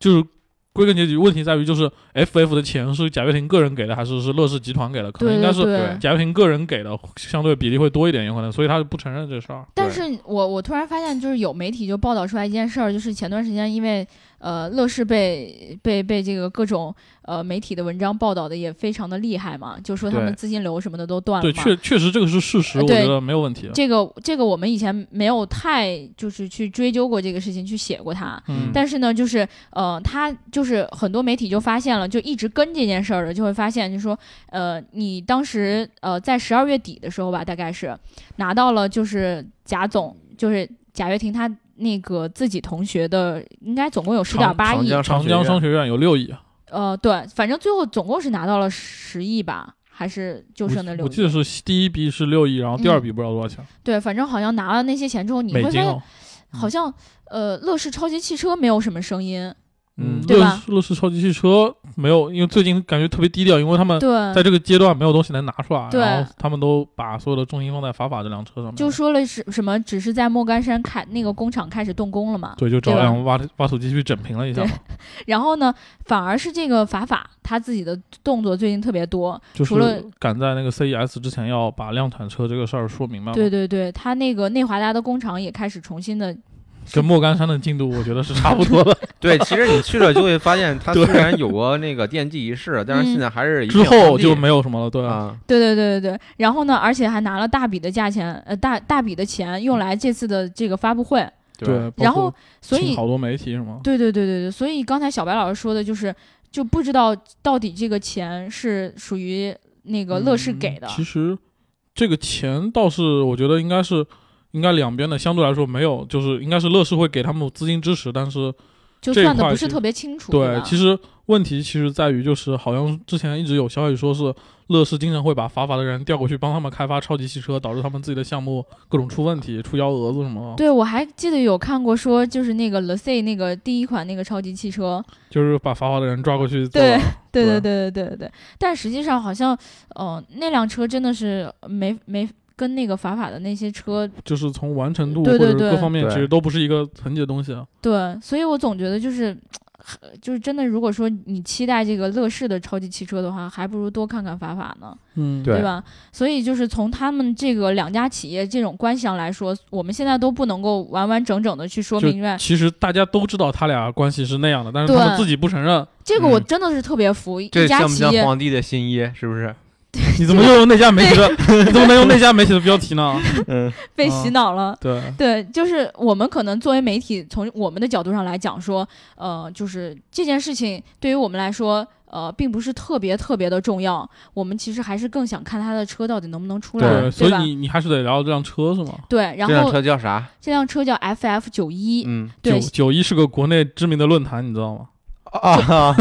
[SPEAKER 3] 就是归根结底，问题在于就是 FF 的钱是贾跃亭个人给的，还是是乐视集团给的？可能
[SPEAKER 2] 对
[SPEAKER 3] 应该是
[SPEAKER 2] 对。
[SPEAKER 3] 贾跃亭个人给的，相对比例会多一点，有可能，所以他就不承认这事儿。
[SPEAKER 2] 但是我我突然发现，就是有媒体就报道出来一件事儿，就是前段时间因为呃乐视被被被这个各种呃媒体的文章报道的也非常的厉害嘛，就说他们
[SPEAKER 4] 对
[SPEAKER 2] 资金流什么的都断了
[SPEAKER 3] 对，
[SPEAKER 2] 嘛。
[SPEAKER 3] 确确实这个是事实，
[SPEAKER 2] 呃
[SPEAKER 3] 我
[SPEAKER 2] 对
[SPEAKER 3] 觉得没有问题。啊
[SPEAKER 2] 这个这个我们以前没有太就是去追究过这个事情，去写过它。
[SPEAKER 3] 嗯，
[SPEAKER 2] 但是呢，就是呃，他就是很多媒体就发现了，就一直跟这件事儿的，就会发现，就说呃，你当时呃在十二月底的时候吧，大概是拿到了就是贾总，就是贾跃亭他那个自己同学的，应该总共有十点
[SPEAKER 3] 长
[SPEAKER 2] 八
[SPEAKER 4] 长
[SPEAKER 2] 亿，
[SPEAKER 4] 江
[SPEAKER 3] 长江商学院有六亿，啊
[SPEAKER 2] 呃，对，反正最后总共是拿到了十亿吧，还是就剩那
[SPEAKER 3] 我
[SPEAKER 2] 六
[SPEAKER 3] 我记
[SPEAKER 2] 亿，
[SPEAKER 3] 得是第一笔是六亿，然后第二笔不知道多少钱，
[SPEAKER 2] 对，反正好像拿了那些钱之后，你会
[SPEAKER 3] 美
[SPEAKER 2] 发
[SPEAKER 3] 金
[SPEAKER 2] 现
[SPEAKER 3] 哦。
[SPEAKER 2] 好像呃乐视超级汽车没有什么声音，
[SPEAKER 4] 嗯
[SPEAKER 2] 对
[SPEAKER 3] 乐
[SPEAKER 2] 吧
[SPEAKER 3] 视乐视超级汽车没有，因为最近感觉特别低调，因为他们
[SPEAKER 2] 对，
[SPEAKER 3] 在这个阶段没有东西能拿出来，
[SPEAKER 2] 嗯对
[SPEAKER 3] 然后他们都把所有的重心放在法法这辆车上面，
[SPEAKER 2] 就说了是什么，只是在莫干山开那个工厂开始动工了嘛。
[SPEAKER 3] 对，就找
[SPEAKER 2] 对吧
[SPEAKER 3] 辆挖挖土机去整平了一下嘛，
[SPEAKER 2] 然后呢，反而是这个法法他自己的动作最近特别多，
[SPEAKER 3] 就
[SPEAKER 2] 除了
[SPEAKER 3] 是赶在那个 CES 之前要把量产车这个事儿说明白嘛，
[SPEAKER 2] 对对对，他那个内华达的工厂也开始重新的，
[SPEAKER 3] 跟莫干山的进度我觉得是差不多 的，
[SPEAKER 4] 对，其实你去了就会发现，它虽
[SPEAKER 3] 对
[SPEAKER 4] 然有过那个奠基仪式，但是
[SPEAKER 2] 嗯
[SPEAKER 4] 现在还是一
[SPEAKER 3] 之
[SPEAKER 4] 片
[SPEAKER 3] 后
[SPEAKER 4] 荒地
[SPEAKER 3] 就没有什么了，对，
[SPEAKER 4] 啊。
[SPEAKER 2] 对对对对对。然后呢，而且还拿了大笔的价钱，呃大大笔的钱用来这次的这个发布会，
[SPEAKER 3] 对，包
[SPEAKER 2] 然
[SPEAKER 3] 括
[SPEAKER 2] 后所
[SPEAKER 3] 请
[SPEAKER 2] 以
[SPEAKER 3] 好多媒体什么，
[SPEAKER 2] 对对对对对，所以刚才小白老师说的就是，就不知道到底这个钱是属于那个乐视给的，
[SPEAKER 3] 嗯其实这个钱倒是我觉得应该是应该两边的相对来说没有，就是应该是乐视会给他们资金支持，但是
[SPEAKER 2] 就
[SPEAKER 3] 这一
[SPEAKER 2] 算的
[SPEAKER 3] 块
[SPEAKER 2] 不
[SPEAKER 3] 其
[SPEAKER 2] 是
[SPEAKER 3] 实
[SPEAKER 2] 特别清楚。
[SPEAKER 3] 对，其
[SPEAKER 2] 实
[SPEAKER 3] 实问题其实在于就是好像之前一直有消息说是乐视经常会把法法的人调过去帮他们开发超级汽车，导致他们自己的项目各种出问题、出幺蛾子什么的，
[SPEAKER 2] 对我还记得有看过说，就是那个 l e s a 那个第一款那个超级汽车，
[SPEAKER 3] 就是把法法的人抓过去做
[SPEAKER 2] 对
[SPEAKER 3] 了
[SPEAKER 2] 对对
[SPEAKER 3] 对
[SPEAKER 2] 对对对对，但实际上好像，嗯、那辆车真的是没没跟那个法法的那些车
[SPEAKER 3] 就是从完成度
[SPEAKER 2] 对
[SPEAKER 3] 或
[SPEAKER 2] 对
[SPEAKER 3] 者是各
[SPEAKER 2] 对
[SPEAKER 3] 方面
[SPEAKER 4] 对
[SPEAKER 3] 其实都不是一个层级的东西啊。
[SPEAKER 2] 对，所以我总觉得就是，就是真的，如果说你期待这个乐视的超级汽车的话，还不如多看看法法呢，
[SPEAKER 3] 嗯，
[SPEAKER 4] 对
[SPEAKER 2] 吧？所以就是从他们这个两家企业这种关系上来说，我们现在都不能够完完整整的去说
[SPEAKER 3] 就
[SPEAKER 2] 明白，
[SPEAKER 3] 其实大家都知道他俩关系是那样的，但是他
[SPEAKER 2] 对
[SPEAKER 3] 们自己不 承认。
[SPEAKER 2] 这个我
[SPEAKER 4] 嗯
[SPEAKER 2] 真的是特别服、一
[SPEAKER 4] 这
[SPEAKER 2] 家
[SPEAKER 4] 像不
[SPEAKER 2] 企
[SPEAKER 4] 像
[SPEAKER 2] 业。
[SPEAKER 4] 皇帝的新衣？是不是？
[SPEAKER 3] 你怎么又用那家媒体的？ 你怎么能用那家媒体的标题呢？
[SPEAKER 4] 嗯，
[SPEAKER 2] 被
[SPEAKER 3] 啊
[SPEAKER 2] 洗脑了，
[SPEAKER 3] 对，
[SPEAKER 2] 对，就是我们可能作为媒体，从我们的角度上来讲说，呃，就是这件事情对于我们来说，呃，并不是特别特别的重要。我们其实还是更想看他的车到底能不能出来，
[SPEAKER 4] 对
[SPEAKER 2] 对
[SPEAKER 3] 所以
[SPEAKER 2] 吧？
[SPEAKER 3] 你你还是得聊这辆车是吗？
[SPEAKER 2] 对，然
[SPEAKER 4] 这辆
[SPEAKER 2] 后
[SPEAKER 4] 车叫啥？
[SPEAKER 2] 这辆车叫 FF 九一、
[SPEAKER 4] 嗯
[SPEAKER 3] 九
[SPEAKER 2] 对
[SPEAKER 3] 九一是个国内知名的论坛，你知道吗？
[SPEAKER 4] 啊，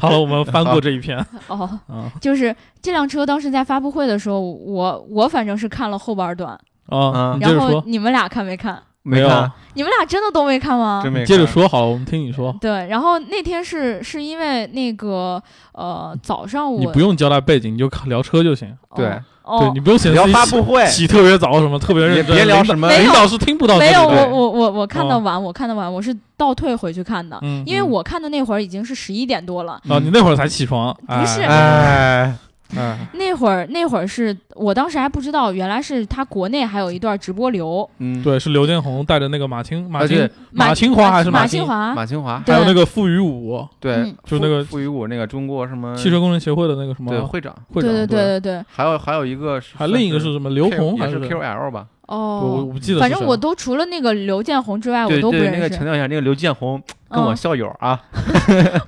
[SPEAKER 3] 好了，我们翻过这一篇
[SPEAKER 2] 哦，
[SPEAKER 3] 啊
[SPEAKER 2] 就是这辆车当时在发布会的时候，我我反正是看了后半段，
[SPEAKER 3] 啊，
[SPEAKER 4] 嗯
[SPEAKER 3] 你接
[SPEAKER 2] 然
[SPEAKER 3] 着
[SPEAKER 2] 后
[SPEAKER 3] 说，
[SPEAKER 2] 你们俩看没看？
[SPEAKER 4] 没
[SPEAKER 3] 有，
[SPEAKER 4] 看，
[SPEAKER 2] 你们俩真的都没看吗？
[SPEAKER 4] 真没
[SPEAKER 3] 你接着
[SPEAKER 4] 看
[SPEAKER 3] 说好了，我们听你说。
[SPEAKER 2] 对，然后那天是是因为那个呃早上
[SPEAKER 3] 你
[SPEAKER 2] 我
[SPEAKER 3] 不用交代背景，你就看聊车就行。
[SPEAKER 4] 对
[SPEAKER 2] 哦
[SPEAKER 3] 对
[SPEAKER 2] 哦
[SPEAKER 3] 你不用显示
[SPEAKER 4] 聊
[SPEAKER 3] 自己
[SPEAKER 4] 发 布会，
[SPEAKER 3] 起特别早什么，特别
[SPEAKER 4] 也
[SPEAKER 3] 认真。
[SPEAKER 4] 别聊
[SPEAKER 3] 领导
[SPEAKER 4] 什么
[SPEAKER 2] 没有啊
[SPEAKER 3] 领导是听不到这
[SPEAKER 2] 没
[SPEAKER 3] 里
[SPEAKER 2] 有，
[SPEAKER 3] 的。
[SPEAKER 2] 我
[SPEAKER 4] 对
[SPEAKER 2] 我我我看
[SPEAKER 3] 哦
[SPEAKER 2] 的晚，我看的晚，我是倒退回去看的，
[SPEAKER 3] 嗯，
[SPEAKER 2] 因为我看的那会儿已经是十一点多了。
[SPEAKER 3] 啊，你那会儿才起床，
[SPEAKER 2] 不是
[SPEAKER 3] 哎
[SPEAKER 4] 哎哎，
[SPEAKER 2] 那会儿，那会儿是我当时还不知道，原来是他国内还有一段直播流，
[SPEAKER 4] 嗯，
[SPEAKER 3] 对，是刘建宏带着那个马清马
[SPEAKER 4] 啊
[SPEAKER 3] 清
[SPEAKER 4] 对，
[SPEAKER 3] 马清华还是
[SPEAKER 2] 马
[SPEAKER 3] 清
[SPEAKER 2] 清？华？
[SPEAKER 4] 马清华，
[SPEAKER 3] 还有
[SPEAKER 2] 对
[SPEAKER 3] 那个傅雨武，
[SPEAKER 4] 对
[SPEAKER 2] 嗯，
[SPEAKER 3] 就那个
[SPEAKER 4] 傅雨武那个中国什么
[SPEAKER 3] 汽车工人协会的那个什么
[SPEAKER 4] 嗯对会长，
[SPEAKER 3] 会长，
[SPEAKER 2] 对对
[SPEAKER 3] 对，
[SPEAKER 2] 对对，
[SPEAKER 4] 还有还有一个是
[SPEAKER 3] 还另一个是什么刘
[SPEAKER 4] K-
[SPEAKER 3] 鹏
[SPEAKER 4] 也
[SPEAKER 3] 还
[SPEAKER 4] 是
[SPEAKER 3] 谁
[SPEAKER 4] QL 吧？
[SPEAKER 3] 我我
[SPEAKER 2] 哦，
[SPEAKER 3] 不记得是谁了，
[SPEAKER 2] 啊反正我都除了那个刘建宏之外，我
[SPEAKER 4] 对
[SPEAKER 2] 都不
[SPEAKER 4] 对，那
[SPEAKER 2] 认
[SPEAKER 4] 个
[SPEAKER 2] 识
[SPEAKER 4] 强。调一下，那个刘建宏跟我
[SPEAKER 2] 嗯
[SPEAKER 4] 校友啊，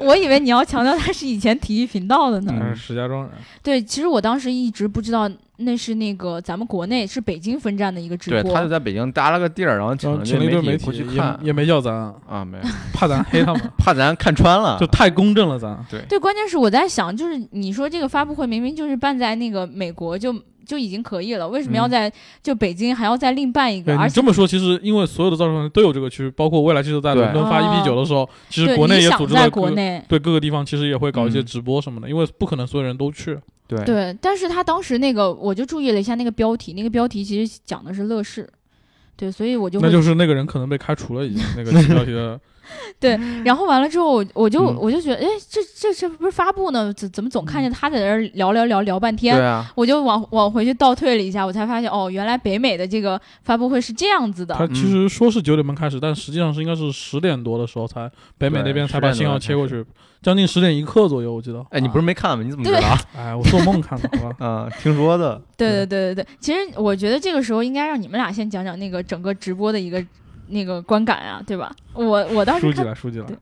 [SPEAKER 2] 我以为你要强调他是以前体育频道的呢。
[SPEAKER 3] 他是
[SPEAKER 4] 嗯
[SPEAKER 3] 石家庄人，
[SPEAKER 2] 对，其实我当时一直不知道那是那个咱们国内是北京分站的一个直
[SPEAKER 4] 对，
[SPEAKER 2] 播。
[SPEAKER 4] 他就在北京搭了个地儿，然后请
[SPEAKER 3] 然后嗯请了一
[SPEAKER 4] 媒
[SPEAKER 3] 堆媒
[SPEAKER 4] 过
[SPEAKER 3] 体
[SPEAKER 4] 去看
[SPEAKER 3] 也也没叫咱，
[SPEAKER 4] 啊，没有，，
[SPEAKER 3] 怕咱黑他们
[SPEAKER 4] 怕咱看穿了，
[SPEAKER 3] 就太公正 了咱。
[SPEAKER 2] 对，关键是我在想，就是你说这个发布会明明就是办在那个美国就就已经可以了，为什么要
[SPEAKER 3] 嗯
[SPEAKER 2] 在、就北京还要再另办一
[SPEAKER 3] 对
[SPEAKER 2] 个？
[SPEAKER 3] 你
[SPEAKER 2] 而且
[SPEAKER 3] 这么说，其实因为所有的造船人都有这个区，包括未来汽车在伦敦
[SPEAKER 2] 对
[SPEAKER 3] 发
[SPEAKER 2] 哦
[SPEAKER 3] EP 九的时候，其实
[SPEAKER 2] 对
[SPEAKER 3] 国内
[SPEAKER 2] 你
[SPEAKER 3] 也
[SPEAKER 2] 想
[SPEAKER 3] 组织
[SPEAKER 2] 在
[SPEAKER 3] 了
[SPEAKER 2] 国
[SPEAKER 3] 各
[SPEAKER 2] 内。
[SPEAKER 3] 对各个地方其实也会搞一些
[SPEAKER 4] 嗯
[SPEAKER 3] 直播什么的，因为不可能所有人都去。
[SPEAKER 4] 对
[SPEAKER 2] 对，但是他当时那个，我就注意了一下那个标题，那个标题其实讲的是乐视，对，所以我就会
[SPEAKER 3] 那就是那个人可能被开除了，已经那 个标 题的，
[SPEAKER 2] 然后完了之后，我我就、
[SPEAKER 3] 嗯
[SPEAKER 2] 我就觉得，哎，这这这不是发布呢？怎怎么总看见他在这儿聊聊聊聊半天？
[SPEAKER 4] 对啊，
[SPEAKER 2] 我就往往回去倒退了一下，我才发现哦，原来北美的这个发布会是这样子
[SPEAKER 3] 他
[SPEAKER 2] 的。
[SPEAKER 3] 其实说是九点半开始，但实际上是应该是十点多的时候才北美
[SPEAKER 4] 对
[SPEAKER 3] 那边才
[SPEAKER 4] 10
[SPEAKER 3] 把
[SPEAKER 4] 点
[SPEAKER 3] 信号
[SPEAKER 4] 多才
[SPEAKER 3] 切过去，将近十点一刻左右，我 记得。
[SPEAKER 4] 哎，你不是没看吗？你怎么知道
[SPEAKER 2] 对
[SPEAKER 4] 啊？？
[SPEAKER 3] 哎，我做梦看的，好吧
[SPEAKER 4] 啊，听说的，
[SPEAKER 2] 对对
[SPEAKER 3] 对
[SPEAKER 2] 对对对，其实我觉得这个时候应该让你们俩先讲讲那个整个直播的一个那个观感啊，对吧？我我当时
[SPEAKER 3] 书记
[SPEAKER 2] 看，
[SPEAKER 3] 来，书记来
[SPEAKER 2] 对。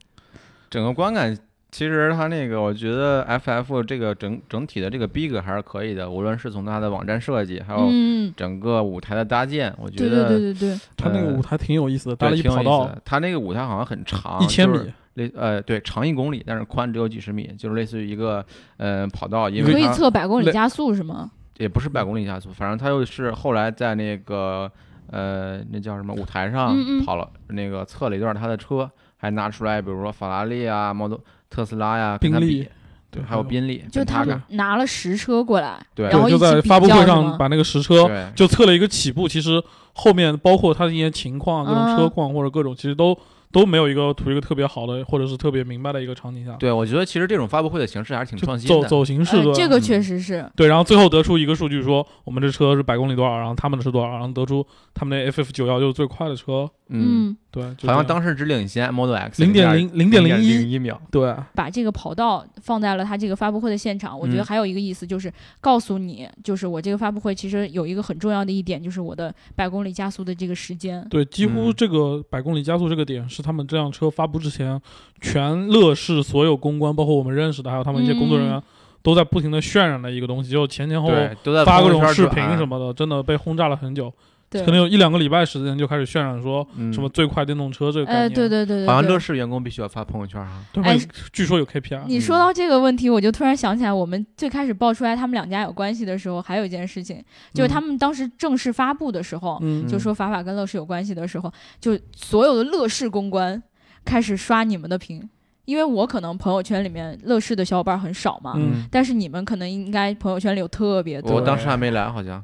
[SPEAKER 4] 整个观感，其实它那个，我觉得 FF 这个整整体的这个逼格还是可以的，无论是从它的网站设计，
[SPEAKER 3] 哦
[SPEAKER 4] 还有
[SPEAKER 2] 嗯，
[SPEAKER 4] 整个舞台的搭建，我觉
[SPEAKER 2] 对对对
[SPEAKER 4] 得
[SPEAKER 2] 对对，
[SPEAKER 3] 他那个
[SPEAKER 4] 呃
[SPEAKER 3] 舞台挺有意思的，搭了
[SPEAKER 4] 对
[SPEAKER 3] 一
[SPEAKER 4] 挺有
[SPEAKER 3] 跑
[SPEAKER 4] 意
[SPEAKER 3] 道
[SPEAKER 4] 思，的。它那个舞台好像很长，
[SPEAKER 3] 一千
[SPEAKER 4] 就是
[SPEAKER 3] 米，
[SPEAKER 4] 类呃对长一公里，但是宽只有几十米，就是类似于一个呃跑道，因
[SPEAKER 2] 可
[SPEAKER 4] 为
[SPEAKER 2] 以
[SPEAKER 4] 它
[SPEAKER 2] 测百公里
[SPEAKER 4] 那
[SPEAKER 2] 加速是吗？
[SPEAKER 4] 也不是百公里加速，反正它又是后来在那个呃那叫什么舞台上
[SPEAKER 2] 嗯嗯
[SPEAKER 4] 跑了那个测了一段他的车，还拿出来比如说法拉利啊、摩托特斯拉呀、跟
[SPEAKER 3] 宾
[SPEAKER 4] 它
[SPEAKER 3] 利
[SPEAKER 4] 比，对，还有宾利，
[SPEAKER 2] 就
[SPEAKER 4] 跟
[SPEAKER 2] 他
[SPEAKER 4] 嘎
[SPEAKER 2] 们拿了实车过来，
[SPEAKER 4] 对
[SPEAKER 2] 然后一
[SPEAKER 3] 就在
[SPEAKER 2] 起比较
[SPEAKER 3] 发布会
[SPEAKER 2] 是
[SPEAKER 3] 上
[SPEAKER 2] 吗？
[SPEAKER 3] 把那个实车
[SPEAKER 4] 对
[SPEAKER 3] 就测了一个起步，其实后面包括它的一些情况、各种
[SPEAKER 2] 嗯
[SPEAKER 3] 车况或者各种，其实都都没有一个图一个特别好的或者是特别明白的一个场景下，
[SPEAKER 4] 对，我觉得其实这种发布会的形式还是挺创
[SPEAKER 3] 就
[SPEAKER 4] 新
[SPEAKER 3] 走
[SPEAKER 4] 的。
[SPEAKER 3] 走形式
[SPEAKER 2] 呃，
[SPEAKER 3] 论。
[SPEAKER 2] 这个确
[SPEAKER 4] 嗯
[SPEAKER 2] 实是，
[SPEAKER 3] 对，然后最后得出一个数据说，我们这车是百公里多少，然后他们的是多少，然后得出他们那 FF 九幺就是最快的车，
[SPEAKER 4] 嗯，
[SPEAKER 2] 嗯
[SPEAKER 3] 对，就这
[SPEAKER 4] 好像
[SPEAKER 3] 样
[SPEAKER 4] 当时只领先 Model X
[SPEAKER 3] 零点零零点零
[SPEAKER 4] 零
[SPEAKER 3] 一，
[SPEAKER 4] 一秒。
[SPEAKER 3] 对，
[SPEAKER 2] 把这个跑道放在了他这个发布会的现场，我觉得
[SPEAKER 4] 嗯
[SPEAKER 2] 还有一个意思就是告诉你，就是我这个发布会其实有一个很重要的一点，就是我的百公里加速的这个时间。
[SPEAKER 3] 对，几乎
[SPEAKER 4] 嗯
[SPEAKER 3] 这个百公里加速这个点是他们这辆车发布之前，全乐视所有公关，包括我们认识的，还有他们一些工作人员，
[SPEAKER 2] 嗯
[SPEAKER 3] 都在不停的渲染的一个东西，就前前后后
[SPEAKER 4] 对，都在
[SPEAKER 3] 哦发各
[SPEAKER 4] 朋友
[SPEAKER 3] 种
[SPEAKER 4] 圈
[SPEAKER 3] 视
[SPEAKER 4] 转啊
[SPEAKER 3] 频什，么的，真的被轰炸了很久，
[SPEAKER 2] 对
[SPEAKER 3] 可，能有一两个礼拜时间就开始渲染说
[SPEAKER 4] 嗯
[SPEAKER 3] 什么最快电动车这个概念，啊
[SPEAKER 2] 哎，对对对对，
[SPEAKER 4] 好像
[SPEAKER 2] 对
[SPEAKER 4] 乐视员工必须要发朋友圈啊。
[SPEAKER 3] 他
[SPEAKER 2] 哎
[SPEAKER 3] 们据说有 KPI，
[SPEAKER 2] 你说到这个问题，我就突然想起来，我们最开始爆出来他们两家有关系的时候，还有一件事情，就是他们当时正式发布的时候，
[SPEAKER 3] 嗯，
[SPEAKER 2] 就说法法跟乐视有关系的时候，就所有的乐视公关开始刷你们的屏，因为我可能朋友圈里面乐视的小伙伴很少嘛，
[SPEAKER 3] 嗯，
[SPEAKER 2] 但是你们可能应该朋友圈里有特别
[SPEAKER 4] 嗯我
[SPEAKER 2] 多，
[SPEAKER 4] 当时还没来，好像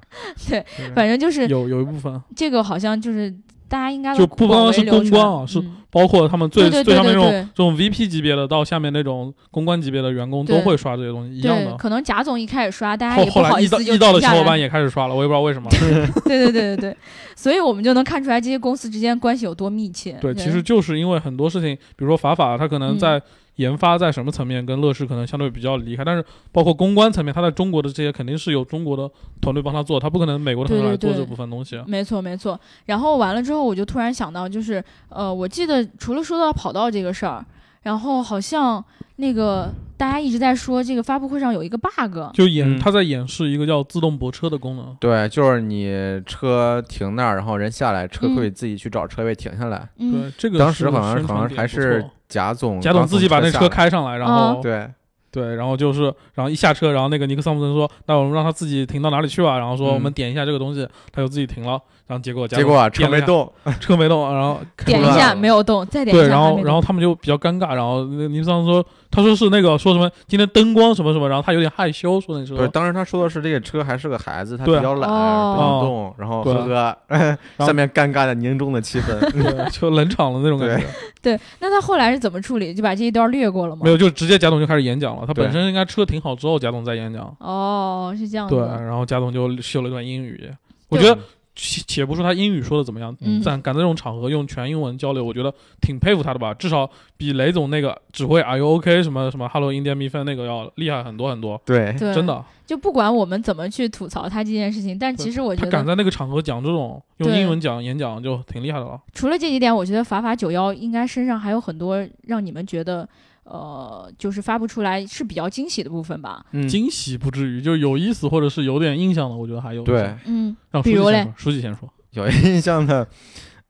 [SPEAKER 3] 对
[SPEAKER 2] 反正就是
[SPEAKER 3] 有有一部分，
[SPEAKER 2] 这个好像就是大家应该都
[SPEAKER 3] 就不光
[SPEAKER 2] 广为
[SPEAKER 3] 是
[SPEAKER 2] 流
[SPEAKER 3] 公关
[SPEAKER 2] 传
[SPEAKER 3] 啊是
[SPEAKER 2] 嗯
[SPEAKER 3] 包括他们最
[SPEAKER 2] 对对对
[SPEAKER 3] 最上面那
[SPEAKER 2] 对
[SPEAKER 3] 种这种 VP 级别的到下面那种公关级别的员工都
[SPEAKER 2] 对
[SPEAKER 3] 会刷这些东西一样
[SPEAKER 2] 对，
[SPEAKER 3] 的。
[SPEAKER 2] 可能贾总一开始刷，大家
[SPEAKER 3] 后
[SPEAKER 2] 哎也不
[SPEAKER 3] 后
[SPEAKER 2] 好
[SPEAKER 3] 来
[SPEAKER 2] 意
[SPEAKER 3] 易到
[SPEAKER 2] 思就
[SPEAKER 3] 易到的
[SPEAKER 2] 停
[SPEAKER 3] 小
[SPEAKER 2] 下
[SPEAKER 3] 伙
[SPEAKER 2] 来
[SPEAKER 3] 伴也开始刷了，我也不知道为什么。
[SPEAKER 2] 对对对对对，所以我们就能看出来这些公司之间关系有多密切。
[SPEAKER 3] 对，其实就是因为很多事情，比如说法法，它可能
[SPEAKER 2] 嗯
[SPEAKER 3] 在研发在什么层面跟乐视可能相对比较离开，但是包括公关层面，它在中国的这些肯定是有中国的团队帮他做，他不可能美国的团队来
[SPEAKER 2] 对对
[SPEAKER 3] 做
[SPEAKER 2] 对嗯
[SPEAKER 3] 这部分东西。啊
[SPEAKER 2] 没错没错。然后完了之后，我就突然想到，就是呃，我记得除了说到跑道这个事儿，然后好像那个大家一直在说这个发布会上有一个 bug，
[SPEAKER 3] 就演、
[SPEAKER 4] 嗯
[SPEAKER 3] 他在演示一个叫自动泊车的功能，
[SPEAKER 4] 对，就是你车停那儿，然后人下来，车可以自己去找车位停下来。
[SPEAKER 2] 嗯，
[SPEAKER 3] 对，这个
[SPEAKER 4] 当
[SPEAKER 3] 是
[SPEAKER 4] 时好像
[SPEAKER 3] 宣
[SPEAKER 4] 好
[SPEAKER 3] 传
[SPEAKER 4] 像
[SPEAKER 3] 点
[SPEAKER 4] 还
[SPEAKER 3] 不错
[SPEAKER 4] 是贾总，
[SPEAKER 3] 贾总自己把那
[SPEAKER 4] 车哦
[SPEAKER 3] 车开上来，然
[SPEAKER 2] 哦
[SPEAKER 3] 后、
[SPEAKER 4] 对，
[SPEAKER 3] 对，然后就是，然后一下车，然后那个尼克桑普森说：“那我们让他自己停到哪里去吧。”然后说：“
[SPEAKER 4] 嗯
[SPEAKER 3] 我们点一下这个东西，他就自己停了。”然后结果贾
[SPEAKER 4] 结
[SPEAKER 3] 总
[SPEAKER 4] 果啊
[SPEAKER 3] 点
[SPEAKER 4] 车
[SPEAKER 3] 了
[SPEAKER 4] 没
[SPEAKER 3] 一下，
[SPEAKER 4] 动，
[SPEAKER 3] 车没动，然后开
[SPEAKER 2] 点
[SPEAKER 3] 出
[SPEAKER 2] 一
[SPEAKER 3] 来
[SPEAKER 2] 下
[SPEAKER 4] 了
[SPEAKER 2] 没有动，再点一下
[SPEAKER 3] 对，然
[SPEAKER 2] 还
[SPEAKER 3] 后
[SPEAKER 2] 没
[SPEAKER 3] 然后他们就比较尴尬，然后那个尼克桑说，他说是那个说什么今天灯光什么什么，然后他有点害羞，说那时
[SPEAKER 4] 不
[SPEAKER 3] 候
[SPEAKER 4] 是，，当时他说的是这个车还是个孩子，他比
[SPEAKER 3] 对
[SPEAKER 4] 较懒，
[SPEAKER 2] 哦
[SPEAKER 4] 不想动，然后
[SPEAKER 3] 对
[SPEAKER 4] 呵呵， 下面尴尬的凝重的气 氛，
[SPEAKER 3] 对就冷场了那种感觉，
[SPEAKER 2] 对，那他后来是怎么处理？就把这一段略过了吗？
[SPEAKER 3] 没有，就直接贾总就开始演讲了，他
[SPEAKER 4] 对
[SPEAKER 3] 本身应该车停好之后贾总再演讲，
[SPEAKER 2] 哦，是这样子
[SPEAKER 3] 对，
[SPEAKER 2] 的。
[SPEAKER 3] 然后贾总就秀了一段英语，我
[SPEAKER 2] 对
[SPEAKER 3] 觉得且且不说他英语说的怎么样，
[SPEAKER 2] 嗯
[SPEAKER 3] 但敢在这种场合用全英文交流，我觉得挺佩服他的吧。至少比雷总那个只会 Are you OK 什么什么 Hello Indian Me Fan 那个要厉害很多很多，
[SPEAKER 4] 对
[SPEAKER 2] 对，
[SPEAKER 3] 哎真的。
[SPEAKER 2] 就不管我们怎么去吐槽他这件事情，但
[SPEAKER 3] 对
[SPEAKER 2] 其实我
[SPEAKER 3] 他
[SPEAKER 2] 觉
[SPEAKER 3] 敢
[SPEAKER 2] 得，
[SPEAKER 3] 在那个场合讲这种用
[SPEAKER 2] 对
[SPEAKER 3] 英文讲演讲，就挺厉害的了。
[SPEAKER 2] 除了这一点，我觉得法法九幺应该身上还有很多让你们觉得，呃，就是发不出来是比较惊喜的部分吧。
[SPEAKER 4] 嗯，
[SPEAKER 3] 惊喜不至于，就有意思或者是有点印象的，我觉得还有。
[SPEAKER 4] 对，
[SPEAKER 2] 嗯
[SPEAKER 3] 让
[SPEAKER 2] 比
[SPEAKER 3] 书记
[SPEAKER 2] 如
[SPEAKER 3] 先
[SPEAKER 2] 嘞
[SPEAKER 3] 说，书记先说。
[SPEAKER 4] 有印象的。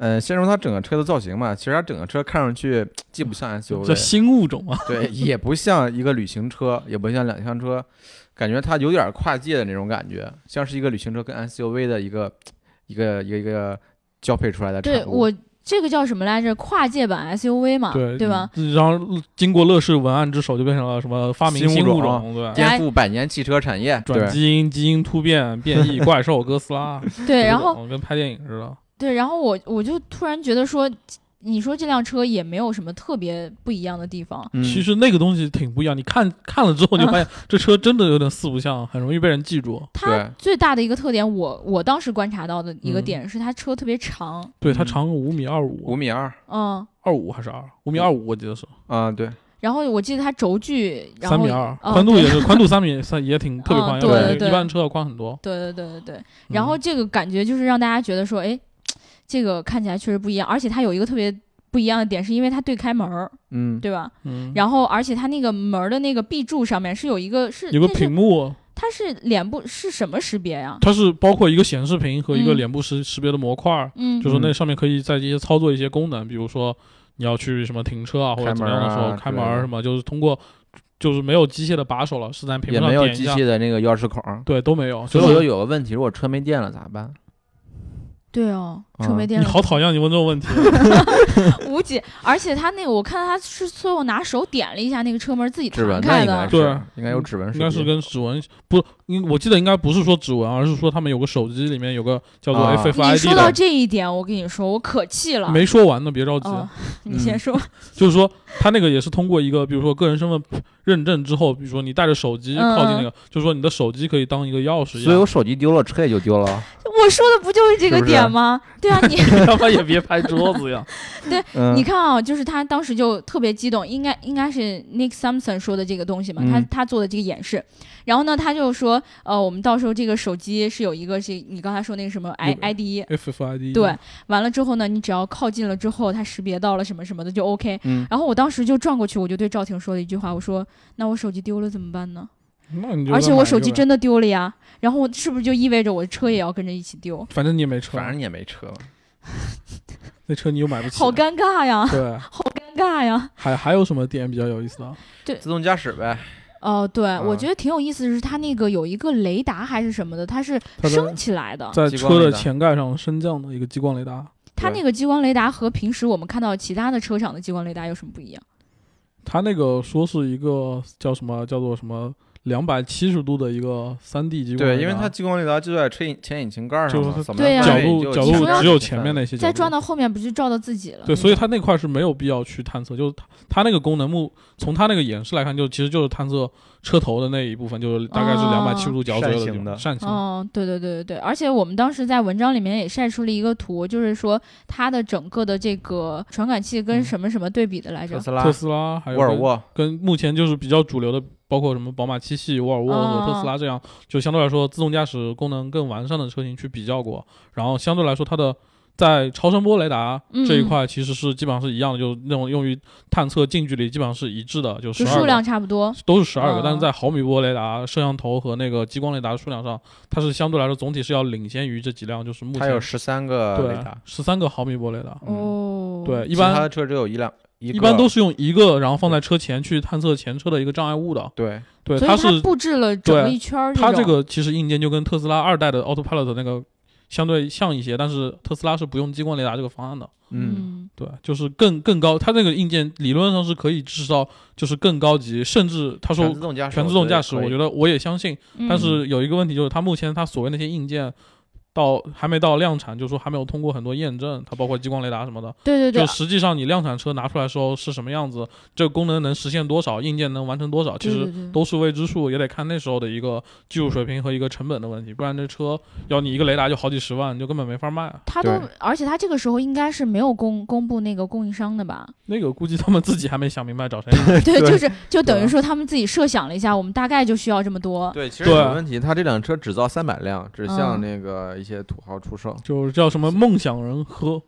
[SPEAKER 4] 嗯，先说它整个车的造型吧，其实它整个车看上去既不像
[SPEAKER 3] 叫
[SPEAKER 4] SUV，
[SPEAKER 3] 新物种 啊，
[SPEAKER 4] 对，也不像一个旅行车，也不像两厢车，感觉它有点跨界的那种感觉，像是一个旅行车跟 SUV 的一个一个一个一个交配出来的产
[SPEAKER 2] 对
[SPEAKER 4] 物。
[SPEAKER 2] 我这个叫什么来着？跨界版 SUV 嘛，
[SPEAKER 3] 对
[SPEAKER 2] 吧？？
[SPEAKER 3] 然后经过乐视文案之手，就变成了什么发明
[SPEAKER 4] 新物
[SPEAKER 3] 新物
[SPEAKER 4] 种啊
[SPEAKER 3] 种，对，
[SPEAKER 4] 颠覆百年汽车产业，
[SPEAKER 3] 转
[SPEAKER 4] 对，
[SPEAKER 3] 基因、基因突变、变 异、怪兽、哥斯拉，
[SPEAKER 2] 对，然后
[SPEAKER 3] 我跟拍电影似的。
[SPEAKER 2] 对，然后我我就突然觉得说，你说这辆车也没有什么特别不一样的地方。
[SPEAKER 4] 嗯
[SPEAKER 3] 其实那个东西挺不一样，你看看了之后，你就发现 这车真的有点四不像，很容易被人记住。
[SPEAKER 2] 它
[SPEAKER 4] 对
[SPEAKER 2] 最大的一个特点，我我当时观察到的一个
[SPEAKER 3] 嗯
[SPEAKER 2] 点是它车特别长，
[SPEAKER 3] 对，它
[SPEAKER 4] 嗯
[SPEAKER 3] 长五米二
[SPEAKER 4] 五
[SPEAKER 3] 五，
[SPEAKER 4] 米二
[SPEAKER 2] 嗯，
[SPEAKER 3] 二五还是二五米二五，我记得是
[SPEAKER 4] 啊，对，
[SPEAKER 2] 然后我记得它轴距，然
[SPEAKER 3] 三
[SPEAKER 2] 后
[SPEAKER 3] 米二，
[SPEAKER 2] 哦
[SPEAKER 3] 宽度
[SPEAKER 2] 对
[SPEAKER 3] 也是宽度三米三，也挺特别
[SPEAKER 2] 哦
[SPEAKER 3] 宽，
[SPEAKER 2] 对
[SPEAKER 3] 要比
[SPEAKER 2] 对
[SPEAKER 3] 一般车要宽很多。
[SPEAKER 2] 对对对对对，
[SPEAKER 3] 嗯
[SPEAKER 2] 然后这个感觉就是让大家觉得说，哎，这个看起来确实不一样，而且它有一个特别不一样的点，是因为它对开门儿，
[SPEAKER 4] 嗯，
[SPEAKER 2] 对吧？
[SPEAKER 3] 嗯，
[SPEAKER 2] 然后而且它那个门儿的那个壁柱上面是有一个是
[SPEAKER 3] 有个
[SPEAKER 2] 那是
[SPEAKER 3] 屏幕，
[SPEAKER 2] 它是脸部是什么识别呀、
[SPEAKER 3] 它是包括一个显示屏和一个
[SPEAKER 2] 嗯
[SPEAKER 3] 脸部识识别的模块儿，
[SPEAKER 2] 嗯
[SPEAKER 3] 就是那
[SPEAKER 4] 嗯
[SPEAKER 3] 上面可以在一些操作一些功能，比如说你要去什么停车啊，或者
[SPEAKER 4] 开
[SPEAKER 3] 怎么
[SPEAKER 4] 门
[SPEAKER 3] 样的时候
[SPEAKER 4] 啊
[SPEAKER 3] 开
[SPEAKER 4] 之
[SPEAKER 3] 门
[SPEAKER 4] 类
[SPEAKER 3] 儿
[SPEAKER 4] 的
[SPEAKER 3] 什么，就是通过就是没有机械的把手了，是在屏幕
[SPEAKER 4] 也
[SPEAKER 3] 上
[SPEAKER 4] 没有
[SPEAKER 3] 点一
[SPEAKER 4] 机
[SPEAKER 3] 下，
[SPEAKER 4] 械的那个钥匙孔儿，
[SPEAKER 3] 对，都没有。
[SPEAKER 4] 所
[SPEAKER 3] 就
[SPEAKER 4] 以我就是有个问题，如果车没电了咋办？
[SPEAKER 2] 对哦，车
[SPEAKER 4] 啊
[SPEAKER 2] 没电
[SPEAKER 3] 你
[SPEAKER 2] 了，
[SPEAKER 3] 好讨厌你问这种问题，
[SPEAKER 2] 无解。而且它那个我看它是最后拿手点了一下那个车门自己
[SPEAKER 4] 指
[SPEAKER 2] 弹
[SPEAKER 4] 纹的
[SPEAKER 2] 开
[SPEAKER 4] 应该
[SPEAKER 2] 的
[SPEAKER 4] 是，
[SPEAKER 3] 对
[SPEAKER 4] 应该有指纹识
[SPEAKER 3] 应
[SPEAKER 4] 别，
[SPEAKER 3] 该是跟指纹不，应我记得应该不是说指纹，而是说他们有个手机里面有个叫做
[SPEAKER 4] 啊
[SPEAKER 2] 你
[SPEAKER 3] FFID
[SPEAKER 2] 说到
[SPEAKER 3] 的。
[SPEAKER 2] 这一点，我跟你说，我可气了。
[SPEAKER 3] 没说完呢，别着急，啊
[SPEAKER 2] 哦， 你
[SPEAKER 4] 嗯
[SPEAKER 2] 先说。
[SPEAKER 3] 就是说他那个也是通过一个，比如说个人身份认证之后，比如说你带着手机靠近那个，就是说你的手机可以当一个钥匙一
[SPEAKER 4] 所以
[SPEAKER 3] 样
[SPEAKER 4] 我。手机丢了，车也就丢了。
[SPEAKER 2] 我说的不就是这个
[SPEAKER 4] 是不是
[SPEAKER 2] 点吗？对 啊，你
[SPEAKER 3] 你他妈也别拍桌子呀！
[SPEAKER 4] 嗯，
[SPEAKER 2] 你看啊，就是他当时就特别激动，应该应该是 Nick Sampson 说的这个东西嘛，
[SPEAKER 4] 嗯
[SPEAKER 2] 他他做的这个演示，然后呢，他就说，呃，我们到时候这个手机是有一个是你刚才说那个什么 i
[SPEAKER 3] 有
[SPEAKER 2] ID，
[SPEAKER 3] FFID
[SPEAKER 2] 对，完了之后呢，你只要靠近了之后，它识别到了什么什么的就 OK。
[SPEAKER 4] 嗯
[SPEAKER 2] 然后我当时就转过去，我就对赵婷说了一句话，我说：“那我手机丢了怎么办呢？
[SPEAKER 3] 那你就
[SPEAKER 2] 而且
[SPEAKER 3] 再买
[SPEAKER 2] 我
[SPEAKER 3] 一
[SPEAKER 2] 手
[SPEAKER 3] 个
[SPEAKER 2] 机
[SPEAKER 3] 呗，
[SPEAKER 2] 真的丢了呀，然后是不是就意味着我的车也要跟着一起丢？
[SPEAKER 3] 反正你也没车，
[SPEAKER 4] 反正你也没车，
[SPEAKER 3] 那车你又买不起，
[SPEAKER 2] 好尴尬呀，
[SPEAKER 3] 对，
[SPEAKER 2] 尴尬呀！”
[SPEAKER 3] 还还有什么点比较有意思的？
[SPEAKER 4] 自动驾驶呗。
[SPEAKER 2] 哦，对，我
[SPEAKER 4] 啊
[SPEAKER 3] 嗯
[SPEAKER 2] 觉得挺有意思，是它那个有一个雷达还是什么的，它是
[SPEAKER 3] 它的
[SPEAKER 2] 升起来的。
[SPEAKER 3] 在
[SPEAKER 4] 激
[SPEAKER 3] 车
[SPEAKER 4] 光
[SPEAKER 3] 的
[SPEAKER 4] 雷达
[SPEAKER 3] 前盖上升降的一个激光雷达，
[SPEAKER 2] 它那个激光雷达和平时我们看到其他的车厂的激光雷达有什么不一样？
[SPEAKER 3] 它那个说是一个叫什么叫做什么两百七十度的一个三 D 激光雷达，
[SPEAKER 4] 对，因为它激光雷达就在车引前引擎盖儿上
[SPEAKER 3] 就是
[SPEAKER 4] 嘛
[SPEAKER 3] 它，
[SPEAKER 4] 怎么
[SPEAKER 2] 对呀
[SPEAKER 4] 样
[SPEAKER 3] 角
[SPEAKER 4] 看也
[SPEAKER 3] 度
[SPEAKER 4] 就
[SPEAKER 3] 角
[SPEAKER 2] 你
[SPEAKER 3] 度
[SPEAKER 2] 说要
[SPEAKER 3] 只有前面
[SPEAKER 4] 嗯
[SPEAKER 3] 那些角
[SPEAKER 2] 再
[SPEAKER 3] 度，
[SPEAKER 2] 转到后面不就照到自己
[SPEAKER 4] 啊
[SPEAKER 2] 了？
[SPEAKER 3] 对，所以它那块是没有必要去探测，就是它它那个功能目从它那个演示来看，就其实就是探测车头的那一部分，就是大概是
[SPEAKER 2] 哦
[SPEAKER 3] 两百七十度角左右
[SPEAKER 4] 啊扇
[SPEAKER 3] 地
[SPEAKER 4] 形
[SPEAKER 3] 方
[SPEAKER 4] 的嗯
[SPEAKER 3] 扇形。
[SPEAKER 2] 哦，对对对对对，而且我们当时在文章里面也晒出了一个图，就是说它的整个的这个传感器跟
[SPEAKER 3] 嗯
[SPEAKER 2] 什么什么对比的来着
[SPEAKER 4] 特？斯拉
[SPEAKER 3] 特、斯拉还有
[SPEAKER 4] 沃尔
[SPEAKER 3] 跟
[SPEAKER 4] 沃，
[SPEAKER 3] 跟目前就是比较主流的，包括什么宝马七系、沃尔沃
[SPEAKER 4] 啊
[SPEAKER 2] 哦
[SPEAKER 3] 和特斯拉这样，就相对来说自动驾驶功能更完善的车型去比较过，然后相对来说它的。在超声波雷达
[SPEAKER 2] 嗯
[SPEAKER 3] 这一块，其实是基本上是一样的，就那种用于探测近距离，基本上是一致的，就十
[SPEAKER 2] 就
[SPEAKER 3] 二
[SPEAKER 2] 数量差不多。
[SPEAKER 3] 都是十二个，
[SPEAKER 2] 嗯
[SPEAKER 3] 但是在毫米波雷达、摄像头和那个激光雷达的数量上，它是相对来说总体是要领先于这几辆，就是目前
[SPEAKER 4] 它有十三个雷
[SPEAKER 3] 对
[SPEAKER 4] 达，
[SPEAKER 3] 十三个毫米波雷达，
[SPEAKER 4] 嗯，
[SPEAKER 2] 哦，
[SPEAKER 3] 对，，一
[SPEAKER 4] 其他
[SPEAKER 3] 般
[SPEAKER 4] 的车只有一辆，一
[SPEAKER 3] 一般
[SPEAKER 4] 个
[SPEAKER 3] 都是用一个，然后放在车前去探测前车的一个障碍物的，
[SPEAKER 4] 对，
[SPEAKER 3] 对，
[SPEAKER 2] 所以
[SPEAKER 3] 它
[SPEAKER 2] 它
[SPEAKER 3] 是
[SPEAKER 2] 布置了整
[SPEAKER 3] 对
[SPEAKER 2] 个一圈儿
[SPEAKER 3] 它这
[SPEAKER 2] 种
[SPEAKER 3] 个其实硬件就跟特斯拉二代的 Autopilot 那个相对像一些，但是特斯拉是不用激光雷达这个方案的，
[SPEAKER 4] 嗯，
[SPEAKER 2] 嗯
[SPEAKER 3] 对，就是更更高，它那个硬件理论上是可以至少就是更高级，甚至他
[SPEAKER 4] 全
[SPEAKER 3] 说
[SPEAKER 4] 自动驾驶，
[SPEAKER 3] 全自动驾驶，
[SPEAKER 4] 我
[SPEAKER 3] 我觉
[SPEAKER 4] 得
[SPEAKER 3] 得我也相信。
[SPEAKER 2] 嗯
[SPEAKER 3] 但是有一个问题就是，它目前它所谓那些硬件到还没到量产，就说还没有通过很多验证，它包括激光雷达什么的。
[SPEAKER 2] 对对对啊
[SPEAKER 3] 就，实际上你量产车拿出来的时候是什么样子，这个功能能实现多少，硬件能完成多少，其
[SPEAKER 2] 对
[SPEAKER 3] 实
[SPEAKER 2] 对对
[SPEAKER 3] 都是未知数，也得看那时候的一个技术水平和一个成本的问题。不然这车要你一个雷达就好几十万，你就根本没法卖啊。
[SPEAKER 2] 他都
[SPEAKER 4] 对，
[SPEAKER 2] 而且他这个时候应该是没有公公布那个供应商的吧？
[SPEAKER 3] 那个估计他们自己还没想明白找 谁买。
[SPEAKER 2] 对，
[SPEAKER 4] 对
[SPEAKER 2] 就是就等于
[SPEAKER 3] 吧
[SPEAKER 2] 说他们自己设想了一下，我们大概就需要这么多。
[SPEAKER 4] 对，其
[SPEAKER 3] 实对啊
[SPEAKER 4] 没问题。它这辆车只造三百辆，只向
[SPEAKER 2] 嗯
[SPEAKER 4] 那个一些土豪出售。
[SPEAKER 3] 就是叫什么梦想人合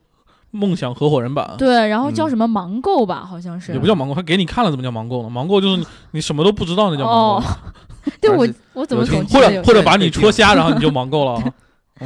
[SPEAKER 3] 梦想合伙人版，
[SPEAKER 2] 对，然后
[SPEAKER 4] 嗯
[SPEAKER 2] 叫什么盲购吧，好像是
[SPEAKER 3] 也。不叫盲购，他给你看了怎么叫盲购呢？盲购就是你你什么都不知道，那叫盲
[SPEAKER 2] 哦
[SPEAKER 3] 购，，
[SPEAKER 2] 对
[SPEAKER 4] 而
[SPEAKER 2] 我
[SPEAKER 4] 且
[SPEAKER 2] 我怎么
[SPEAKER 4] 有
[SPEAKER 2] 总
[SPEAKER 4] 听
[SPEAKER 2] 记
[SPEAKER 3] 或
[SPEAKER 2] 得有
[SPEAKER 3] 者或者把
[SPEAKER 4] 对
[SPEAKER 3] 你
[SPEAKER 4] 对
[SPEAKER 3] 戳瞎，然后你就盲购了 啊。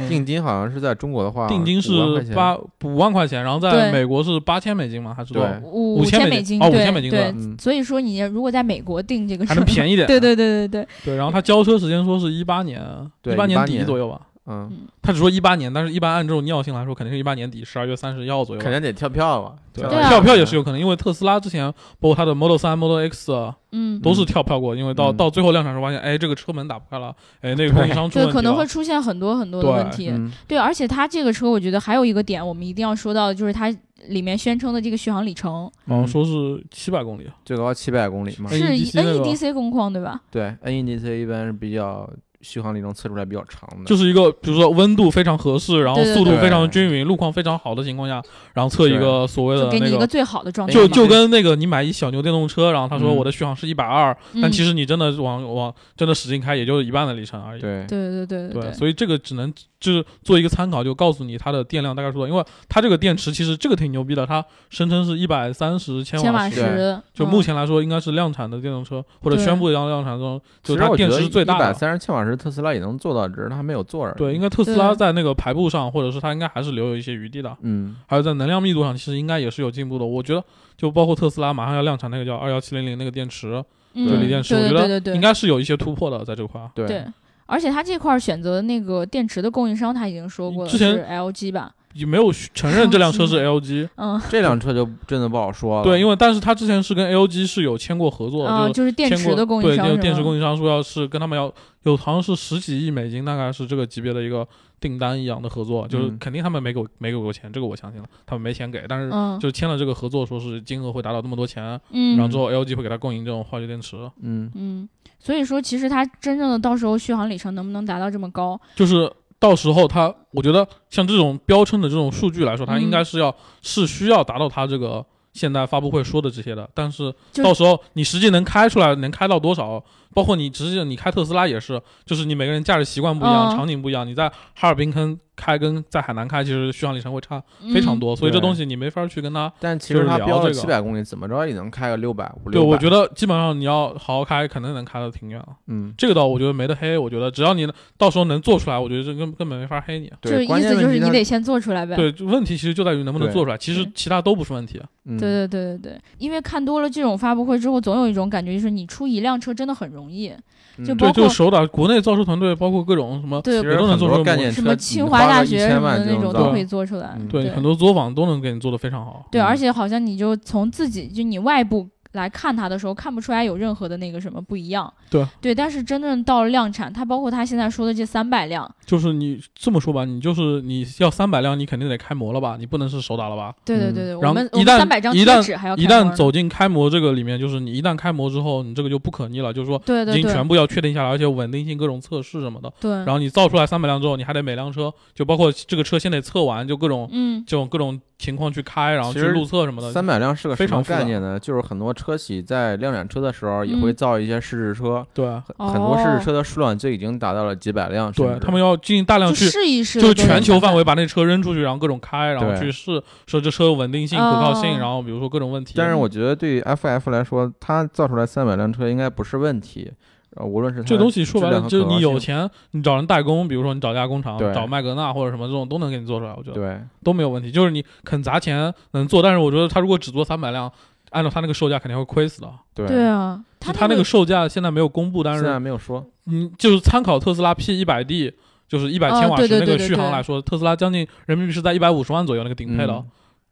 [SPEAKER 4] 定金好像是在中国的话，
[SPEAKER 3] 定金
[SPEAKER 4] 嗯啊5万块
[SPEAKER 3] 是
[SPEAKER 4] 钱
[SPEAKER 3] 八五万块钱，然后
[SPEAKER 2] 对
[SPEAKER 3] 在美国是八千美金嘛，还是多少？
[SPEAKER 4] 对
[SPEAKER 2] 五
[SPEAKER 3] 5000
[SPEAKER 2] 千
[SPEAKER 3] 美
[SPEAKER 2] 金
[SPEAKER 3] 金哦
[SPEAKER 2] 对
[SPEAKER 3] 5000美金
[SPEAKER 2] 对
[SPEAKER 3] 对，
[SPEAKER 4] 嗯
[SPEAKER 2] 所以说你如果在美国订这个
[SPEAKER 3] 还
[SPEAKER 2] 车
[SPEAKER 3] 能，便宜点。
[SPEAKER 2] 对对对对对，
[SPEAKER 3] 对，然后他交车时间说是一八年，
[SPEAKER 4] 对
[SPEAKER 3] 八
[SPEAKER 4] 18
[SPEAKER 3] 底
[SPEAKER 4] 年
[SPEAKER 3] 左右吧。
[SPEAKER 4] 嗯，
[SPEAKER 3] 他只说一八年，但是一般按这种尿性来说，肯定是一八年底十二月三十一号左右吧。
[SPEAKER 4] 肯定得跳票嘛，
[SPEAKER 3] 对
[SPEAKER 2] 对啊
[SPEAKER 3] 跳票也是有可能，因为特斯拉之前包括它的 Model 3、Model X 啊
[SPEAKER 2] 嗯，
[SPEAKER 3] 都是跳票过，因为到
[SPEAKER 4] 嗯
[SPEAKER 3] 到最后量产时候发现，哎，这个车门打不开了，哎，那个供应商出
[SPEAKER 2] 对，
[SPEAKER 3] 问题
[SPEAKER 2] 可能会
[SPEAKER 3] 了。
[SPEAKER 2] 出现很多很多的
[SPEAKER 3] 对
[SPEAKER 2] 问题。
[SPEAKER 4] 嗯，
[SPEAKER 2] 对，而且它这个车，我觉得还有一个点，我们一定要说到，就是它里面宣称的这个续航里程
[SPEAKER 3] 然
[SPEAKER 4] 嗯
[SPEAKER 3] 后说是七百公里，
[SPEAKER 4] 最高七百公里嘛。
[SPEAKER 3] 哎
[SPEAKER 2] 是 E
[SPEAKER 3] NEDC 那个
[SPEAKER 2] NEDC 工况对吧？
[SPEAKER 4] 对，NEDC 一般是比较续航里程测出来比较长的，
[SPEAKER 3] 就是一个比如说温度非常合适，然后
[SPEAKER 2] 对对
[SPEAKER 3] 速度
[SPEAKER 4] 对
[SPEAKER 3] 非常均匀，路况非常好的情况下，然后测一个所谓的
[SPEAKER 2] 就给你一
[SPEAKER 3] 那
[SPEAKER 2] 个
[SPEAKER 3] 个。
[SPEAKER 2] 最好的状态嘛。
[SPEAKER 3] 就就跟那个你买一小牛电动车，然后他说
[SPEAKER 4] 嗯
[SPEAKER 3] 我的续航是一百二，但
[SPEAKER 2] 嗯
[SPEAKER 3] 其实你真的往往真的使劲开，也就是一半的里程而已。
[SPEAKER 4] 对
[SPEAKER 2] 对对对
[SPEAKER 3] 对，
[SPEAKER 2] 对，
[SPEAKER 3] 所以这个只能就是做一个参考，就告诉你它的电量大概是多少。因为它这个电池其实这个挺牛逼的，它声称是一百三十千
[SPEAKER 2] 千
[SPEAKER 3] 瓦
[SPEAKER 2] 瓦
[SPEAKER 3] 时。
[SPEAKER 2] 时，
[SPEAKER 3] 就
[SPEAKER 2] 嗯
[SPEAKER 3] 目前来说，应该是量产的电动车，或者
[SPEAKER 2] 对
[SPEAKER 3] 宣布要量产中，就
[SPEAKER 4] 其
[SPEAKER 3] 是
[SPEAKER 4] 实
[SPEAKER 3] 它
[SPEAKER 4] 我觉
[SPEAKER 3] 电池
[SPEAKER 4] 得
[SPEAKER 3] 是最大
[SPEAKER 4] 一百
[SPEAKER 3] 的。
[SPEAKER 4] 三十千瓦时特斯拉也能做到，只是它没有做而已。
[SPEAKER 3] 对，应该特斯拉
[SPEAKER 2] 对
[SPEAKER 3] 在那个排布上，或者是它应该还是留有一些余地的，
[SPEAKER 4] 嗯，
[SPEAKER 3] 还有在能量密度上，其实应该也是有进步的。我觉得，就包括特斯拉马上要量产那个叫二幺七零零那个电池，
[SPEAKER 2] 嗯
[SPEAKER 3] 就
[SPEAKER 4] 对
[SPEAKER 3] 锂电池，我
[SPEAKER 2] 对
[SPEAKER 3] 觉
[SPEAKER 2] 对对
[SPEAKER 3] 得
[SPEAKER 2] 对
[SPEAKER 3] 应该是有一些突破的，在这块儿。
[SPEAKER 4] 对
[SPEAKER 2] 对。而且他这块儿选择那个电池的供应商，他已经说过了，
[SPEAKER 3] 之前
[SPEAKER 2] 是 LG 吧？
[SPEAKER 3] 也没有承认这辆车 是 LG，
[SPEAKER 2] 嗯
[SPEAKER 4] 这辆车就真的不好说了。
[SPEAKER 3] 对，因
[SPEAKER 4] 为
[SPEAKER 3] 为但是它之前是跟 LG 是有签过合作的，
[SPEAKER 2] 嗯，
[SPEAKER 3] 就是
[SPEAKER 2] 就是电
[SPEAKER 3] 签
[SPEAKER 2] 池
[SPEAKER 3] 过
[SPEAKER 2] 的供应商是
[SPEAKER 3] 对，电
[SPEAKER 2] 吗？
[SPEAKER 3] 电池供应商说要是跟他们要有好像是十几亿美金，大概是这个级别的一个订单一样的合作，就是
[SPEAKER 4] 嗯
[SPEAKER 3] 肯定他们没给我没给我钱，这个我相信了，他们没钱给，但是
[SPEAKER 2] 嗯
[SPEAKER 3] 就签了这个合作，说是金额会达到这么多钱，然后
[SPEAKER 2] 嗯
[SPEAKER 3] 之后 LG 会给他供应这种化学电池，
[SPEAKER 4] 嗯，
[SPEAKER 2] 嗯，所以说其实它真正的到时候续航里程能不能达到这么高？
[SPEAKER 3] 就是。到时候它，我觉得像这种标称的这种数据来说，它
[SPEAKER 2] 嗯
[SPEAKER 3] 应该是要、是需要达到它这个现在发布会说的这些的，但是
[SPEAKER 2] 就
[SPEAKER 3] 到时候你实际能开出来，能开到多少？包括你实际你开特斯拉也是，就是你每个人驾驶习惯不一样，
[SPEAKER 2] 嗯
[SPEAKER 3] 场景不一样。你在哈尔滨坑开跟在海南开，其实续航里程会差非常
[SPEAKER 2] 嗯。
[SPEAKER 3] 多，所以这
[SPEAKER 4] 对
[SPEAKER 3] 东西你没法去跟它。
[SPEAKER 4] 但其
[SPEAKER 3] 就
[SPEAKER 4] 实
[SPEAKER 3] 是
[SPEAKER 4] 它
[SPEAKER 3] 聊
[SPEAKER 4] 标了
[SPEAKER 3] 这
[SPEAKER 4] 七
[SPEAKER 3] 个
[SPEAKER 4] 百公里，怎么着也能开个六百五
[SPEAKER 3] 对，
[SPEAKER 4] 六百。
[SPEAKER 3] 我觉得基本上你要好好开，肯定能开得挺远了。
[SPEAKER 4] 嗯，
[SPEAKER 3] 这个倒我觉得没得黑，我觉得只要你到时候能做出来，我觉得这根根本没法黑你。
[SPEAKER 2] 就是
[SPEAKER 4] 对，
[SPEAKER 2] 意
[SPEAKER 4] 关
[SPEAKER 2] 思
[SPEAKER 4] 键
[SPEAKER 2] 就是
[SPEAKER 4] 问题
[SPEAKER 2] 你
[SPEAKER 4] 它
[SPEAKER 2] 得先做出来呗。
[SPEAKER 3] 对，就问题其实就在于能不能
[SPEAKER 4] 对
[SPEAKER 3] 做出来，其实
[SPEAKER 2] 对
[SPEAKER 3] 其他都不是问题。
[SPEAKER 4] 嗯
[SPEAKER 2] 对对对对对，因为看多了这种发布会之后，总有一种感觉，就是你出一辆车真的很容易，
[SPEAKER 4] 嗯
[SPEAKER 2] 就包括
[SPEAKER 3] 对，就手打国内造车团队，包括各种什么，
[SPEAKER 2] 对
[SPEAKER 4] 其实
[SPEAKER 3] 都能
[SPEAKER 4] 很
[SPEAKER 3] 做
[SPEAKER 4] 多
[SPEAKER 3] 出
[SPEAKER 4] 概
[SPEAKER 3] 模
[SPEAKER 4] 念
[SPEAKER 2] 什
[SPEAKER 4] 车
[SPEAKER 2] 么
[SPEAKER 4] 你
[SPEAKER 2] 清
[SPEAKER 4] 花
[SPEAKER 2] 华
[SPEAKER 4] 个
[SPEAKER 2] 大
[SPEAKER 4] 一
[SPEAKER 2] 学
[SPEAKER 4] 千
[SPEAKER 2] 什么
[SPEAKER 4] 万
[SPEAKER 2] 的
[SPEAKER 4] 就
[SPEAKER 2] 那
[SPEAKER 4] 能
[SPEAKER 2] 种
[SPEAKER 4] 造
[SPEAKER 2] 都可以做出来。
[SPEAKER 4] 嗯
[SPEAKER 3] 对
[SPEAKER 2] 对
[SPEAKER 3] 很多作坊都能给你做得非常好。
[SPEAKER 2] 对，
[SPEAKER 4] 嗯
[SPEAKER 2] 而且好像你就从自己就你外部来看它的时候，看不出来有任何的那个什么不一样。
[SPEAKER 3] 对
[SPEAKER 2] 对，但是真正到了量产，它包括它现在说的这三百辆，
[SPEAKER 3] 就是你这么说吧，你就是你要三百辆，你肯定得开模了吧？你不能是手打了吧？
[SPEAKER 2] 对对
[SPEAKER 4] 嗯
[SPEAKER 2] 对对，我
[SPEAKER 3] 然后
[SPEAKER 2] 们
[SPEAKER 3] 一旦
[SPEAKER 2] 三百张
[SPEAKER 3] 一
[SPEAKER 2] 贴
[SPEAKER 3] 旦
[SPEAKER 2] 纸还要
[SPEAKER 3] 一
[SPEAKER 2] 开
[SPEAKER 3] 旦
[SPEAKER 2] 模
[SPEAKER 3] 走进开模这个里面，就是你一旦开模之后，你这个就不可逆了，就是说
[SPEAKER 2] 对
[SPEAKER 3] 已
[SPEAKER 2] 对
[SPEAKER 3] 经
[SPEAKER 2] 对嗯
[SPEAKER 3] 全部要确定下来，而且稳定性各种测试什么的。
[SPEAKER 2] 对，
[SPEAKER 3] 然后你造出来三百辆之后，你还得每辆车，就包括这个车先得测完，就各种
[SPEAKER 2] 嗯
[SPEAKER 3] 这种各种情况去开，然后
[SPEAKER 4] 其
[SPEAKER 3] 去
[SPEAKER 4] 实
[SPEAKER 3] 路测什么的。
[SPEAKER 4] 三百辆是个
[SPEAKER 3] 非
[SPEAKER 4] 什么
[SPEAKER 3] 常复杂
[SPEAKER 4] 概念呢？就是很多车企在量产车的时候也
[SPEAKER 2] 嗯
[SPEAKER 4] 会造一些试制车，
[SPEAKER 3] 对
[SPEAKER 4] 很很多试
[SPEAKER 2] 哦
[SPEAKER 4] 制车的数量就已经达到了几百辆，甚
[SPEAKER 3] 对，
[SPEAKER 4] 至
[SPEAKER 3] 他们要进行大量
[SPEAKER 2] 就
[SPEAKER 3] 去。
[SPEAKER 2] 试一试
[SPEAKER 3] 就是
[SPEAKER 2] 的都有
[SPEAKER 3] 全
[SPEAKER 2] 可
[SPEAKER 3] 球
[SPEAKER 2] 能
[SPEAKER 3] 范围把那车扔出去，然后各种开，然后
[SPEAKER 4] 对
[SPEAKER 3] 去试，说这车稳定性、可靠性，
[SPEAKER 2] 哦
[SPEAKER 3] 然后比如说各种问题。
[SPEAKER 4] 但是我觉得对于 FF 来说，它造出来三百辆车应该不是问题，呃，无论是它
[SPEAKER 3] 这东西说白
[SPEAKER 4] 质
[SPEAKER 3] 了，
[SPEAKER 4] 量和
[SPEAKER 3] 就是
[SPEAKER 4] 可靠
[SPEAKER 3] 你有
[SPEAKER 4] 性
[SPEAKER 3] 钱，你找人代工，比如说你找一家工厂，
[SPEAKER 4] 对
[SPEAKER 3] 找麦格纳或者什么这种都能给你做出来，我觉得
[SPEAKER 4] 对
[SPEAKER 3] 都没有问题。就是你肯砸钱能做，但是我觉得他如果只做三百辆，按照他那个售价肯定会亏死的。
[SPEAKER 4] 对
[SPEAKER 2] 对啊，
[SPEAKER 3] 就
[SPEAKER 2] 他
[SPEAKER 3] 他那个售价现在没有公布，但
[SPEAKER 4] 现在
[SPEAKER 3] 是
[SPEAKER 4] 没有说，
[SPEAKER 3] 你嗯就是参考特斯拉 P 一百 D，就是一百
[SPEAKER 2] 哦
[SPEAKER 3] 千瓦
[SPEAKER 2] 对
[SPEAKER 3] 时
[SPEAKER 2] 对
[SPEAKER 3] 那
[SPEAKER 2] 对
[SPEAKER 3] 个
[SPEAKER 2] 对
[SPEAKER 3] 续航
[SPEAKER 2] 对
[SPEAKER 3] 来说，特斯拉将近人民币是在一百五十万左右那个顶配了。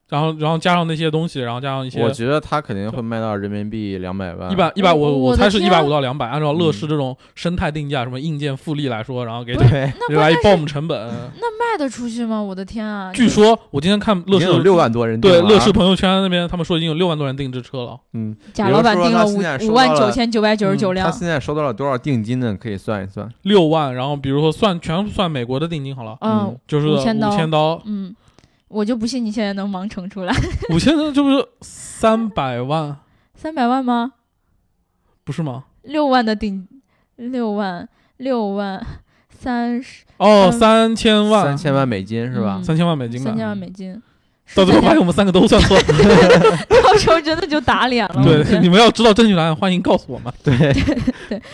[SPEAKER 3] 然后然后加上那些东西，然后加上一些
[SPEAKER 4] 嗯我觉得他肯定会卖到人民币两百万，
[SPEAKER 3] 一百一百，
[SPEAKER 2] 我
[SPEAKER 3] 我
[SPEAKER 2] 我的
[SPEAKER 3] 猜是一
[SPEAKER 2] 天
[SPEAKER 3] 百
[SPEAKER 2] 啊
[SPEAKER 3] 五到两百，按照乐视
[SPEAKER 4] 嗯
[SPEAKER 3] 这种生态定价，什么硬件复利来说，然后给
[SPEAKER 2] 不是
[SPEAKER 4] 对，
[SPEAKER 2] 那
[SPEAKER 3] 给
[SPEAKER 2] 关
[SPEAKER 3] 来一
[SPEAKER 2] 键是
[SPEAKER 3] BOM 成本。
[SPEAKER 2] 卖得出去吗？我的天啊！
[SPEAKER 3] 据说我今天看
[SPEAKER 4] 已
[SPEAKER 3] 乐
[SPEAKER 4] 经有
[SPEAKER 3] 视
[SPEAKER 4] 六万多人订
[SPEAKER 3] 对
[SPEAKER 4] 了啊
[SPEAKER 3] 乐视，朋友圈那边，他们说已经有六万多人订这车了。
[SPEAKER 4] 嗯，
[SPEAKER 2] 贾老板
[SPEAKER 4] 比如
[SPEAKER 2] 定
[SPEAKER 4] 说
[SPEAKER 2] 了
[SPEAKER 4] 他
[SPEAKER 2] 五
[SPEAKER 4] 现在
[SPEAKER 2] 五
[SPEAKER 4] 收
[SPEAKER 2] 万
[SPEAKER 4] 到
[SPEAKER 2] 九
[SPEAKER 4] 了
[SPEAKER 2] 千九百九十九
[SPEAKER 3] 嗯
[SPEAKER 2] 辆
[SPEAKER 4] 他，现在收到了多少定金呢？可以算一算，
[SPEAKER 3] 六万，然后比如说算全算美国的定金好了，
[SPEAKER 2] 嗯
[SPEAKER 3] 就是五
[SPEAKER 2] 5000刀
[SPEAKER 3] 千刀，
[SPEAKER 2] 嗯，我就不信你现在能盲乘出来
[SPEAKER 3] 五千刀就是三百万，
[SPEAKER 2] 三百万吗？
[SPEAKER 3] 不是吗？
[SPEAKER 2] 六万的顶，六万六万三十
[SPEAKER 3] 哦，
[SPEAKER 2] 嗯
[SPEAKER 3] 三千万
[SPEAKER 4] 三，千万美金是吧
[SPEAKER 2] 嗯？
[SPEAKER 3] 三千万美金吧啊
[SPEAKER 2] 三。千万美金，是
[SPEAKER 3] 到最后
[SPEAKER 2] 三
[SPEAKER 3] 发
[SPEAKER 2] 千
[SPEAKER 3] 现我们三个都算错了。
[SPEAKER 2] 到时候真的就打脸了。我觉
[SPEAKER 3] 对，
[SPEAKER 2] 得
[SPEAKER 3] 你们要知道正确答案，欢迎告诉我们。
[SPEAKER 4] 对，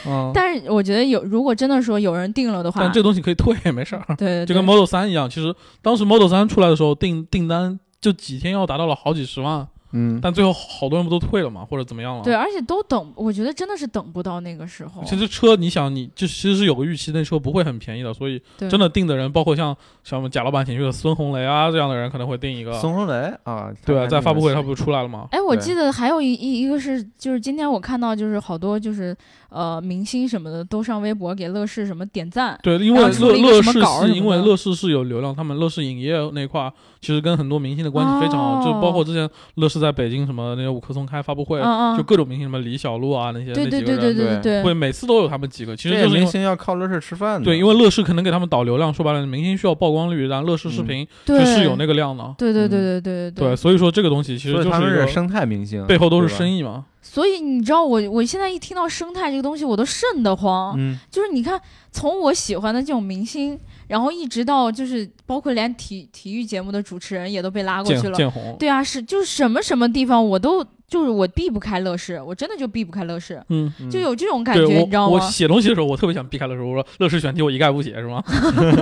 [SPEAKER 3] 嗯，
[SPEAKER 2] 但是我觉得有，如果真的说有人定了的话，
[SPEAKER 3] 但这东西可以退，没事儿。
[SPEAKER 2] 对对
[SPEAKER 3] 就跟 Model 三一样，其实当时 Model 三出来的时候，订订单就几天要达到了好几十万，
[SPEAKER 4] 嗯，
[SPEAKER 3] 但最后好多人不都退了嘛，或者怎么样了？
[SPEAKER 2] 对，，啊而且都等，我觉得真的是等不到那个时候。
[SPEAKER 3] 其实车你想你，就其实是有个预期，那车不会很便宜的，所以
[SPEAKER 2] 对
[SPEAKER 3] 真的订的人，包括像像我们贾老板请去的孙红雷啊这样的人，可能会订一个。
[SPEAKER 4] 孙红雷啊，
[SPEAKER 3] 对啊，
[SPEAKER 4] 他
[SPEAKER 3] 在发布会他
[SPEAKER 4] 那个
[SPEAKER 3] 不是出来了吗？
[SPEAKER 2] 哎，我
[SPEAKER 4] 对
[SPEAKER 2] 记得还有一一一个是，就是今天我看到就是好多就是呃明星什么的都上微博给乐视什么点赞，
[SPEAKER 3] 对，因为
[SPEAKER 2] 然后出
[SPEAKER 3] 乐
[SPEAKER 2] 了一个
[SPEAKER 3] 乐
[SPEAKER 2] 什么
[SPEAKER 3] 视
[SPEAKER 2] 稿儿
[SPEAKER 3] 是
[SPEAKER 2] 什么
[SPEAKER 3] 因为
[SPEAKER 2] 的
[SPEAKER 3] 乐视是有流量，他们乐视影业那块儿其实跟很多明星的关系非常好，就包括之前乐视在北京什么那个五棵松开发布会，
[SPEAKER 2] 哦嗯嗯
[SPEAKER 3] 就各种明星什么李小璐啊那些
[SPEAKER 2] 对对
[SPEAKER 3] 那几
[SPEAKER 2] 对
[SPEAKER 3] 个人
[SPEAKER 2] 对对
[SPEAKER 4] 对
[SPEAKER 2] 对
[SPEAKER 3] 会每次都有他们几个，其实
[SPEAKER 4] 这
[SPEAKER 3] 就是
[SPEAKER 4] 明
[SPEAKER 3] 因为
[SPEAKER 4] 星要靠乐视吃饭的，
[SPEAKER 3] 对，因为乐视可能给他们导流量，说白了，明星需要曝光率，但乐
[SPEAKER 4] 嗯
[SPEAKER 3] 视视频
[SPEAKER 2] 对，
[SPEAKER 3] 是有那个量的，
[SPEAKER 2] 对对对对对
[SPEAKER 3] 对，啊所以说这个东西其
[SPEAKER 4] 所
[SPEAKER 3] 实
[SPEAKER 4] 以
[SPEAKER 3] 就
[SPEAKER 4] 他们
[SPEAKER 3] 一
[SPEAKER 4] 是
[SPEAKER 3] 个
[SPEAKER 4] 生态明星，
[SPEAKER 3] 背后都是
[SPEAKER 4] 对吧
[SPEAKER 3] 生意嘛，
[SPEAKER 2] 所以你知道我我现在一听到生态这个东西，我都瘆得慌。
[SPEAKER 4] 嗯，
[SPEAKER 2] 就是你看，从我喜欢的这种明星，然后一直到就是包括连体体育节目的主持人也都被拉过去
[SPEAKER 3] 见
[SPEAKER 2] 了。
[SPEAKER 3] 见红，
[SPEAKER 2] 对啊，是就是什么什么地方我都就是我避不开乐视，我真的就避不开乐视，
[SPEAKER 3] 嗯。
[SPEAKER 4] 嗯
[SPEAKER 2] 就有这种感
[SPEAKER 3] 对
[SPEAKER 2] 觉，你知
[SPEAKER 3] 我，
[SPEAKER 2] 道
[SPEAKER 3] 我
[SPEAKER 2] 吗？
[SPEAKER 3] 写东西的时候，我特别想避开乐视。我说乐视选题我一概不写，是吗？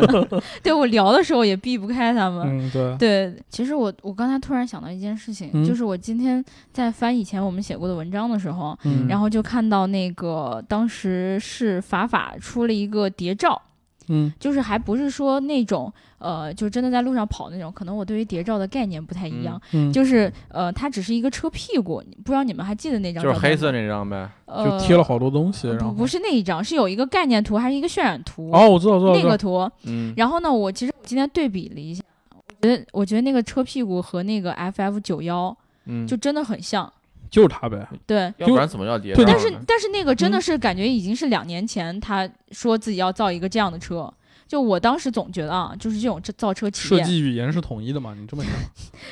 [SPEAKER 2] 对我聊的时候也避不开他们。
[SPEAKER 3] 嗯，对，
[SPEAKER 2] 对，其实我我刚才突然想到一件事情，
[SPEAKER 3] 嗯
[SPEAKER 2] 就是我今天在翻以前我们写过的文章的时候，
[SPEAKER 3] 嗯，
[SPEAKER 2] 然后就看到那个当时是法法出了一个谍照，
[SPEAKER 3] 嗯
[SPEAKER 2] 就是还不是说那种呃，就真的在路上跑那种。可能我对于谍照的概念不太一样，
[SPEAKER 3] 嗯，
[SPEAKER 2] 就是呃，它只是一个车屁股，不知道你们还记得那张
[SPEAKER 4] 就是
[SPEAKER 2] 照片
[SPEAKER 4] 黑
[SPEAKER 2] 吗
[SPEAKER 4] 色那张呗，
[SPEAKER 2] 呃
[SPEAKER 3] 就贴了好多东西，然
[SPEAKER 2] 不
[SPEAKER 3] 后
[SPEAKER 2] 不是那一张，是有一个概念图，还是一个渲染图？
[SPEAKER 3] 哦，我知道，知道，
[SPEAKER 2] 那
[SPEAKER 3] 知
[SPEAKER 2] 个
[SPEAKER 3] 道，
[SPEAKER 2] 图，
[SPEAKER 4] 嗯，
[SPEAKER 2] 然后呢，我其实我今天对比了一下，我觉得我觉得那个车屁股和那个 FF 九幺
[SPEAKER 4] 嗯，
[SPEAKER 2] 就真的很像，
[SPEAKER 3] 就是他呗。
[SPEAKER 2] 对，
[SPEAKER 4] 要不然怎么叫谍照
[SPEAKER 3] 对
[SPEAKER 4] 呢？
[SPEAKER 2] 但是但是那个真的
[SPEAKER 3] 嗯
[SPEAKER 2] 是感觉已经是两年前他说自己要造一个这样的车，就我当时总觉得啊，就是这种这造车企
[SPEAKER 3] 设
[SPEAKER 2] 业，
[SPEAKER 3] 计语言是统一的嘛？你这 么想，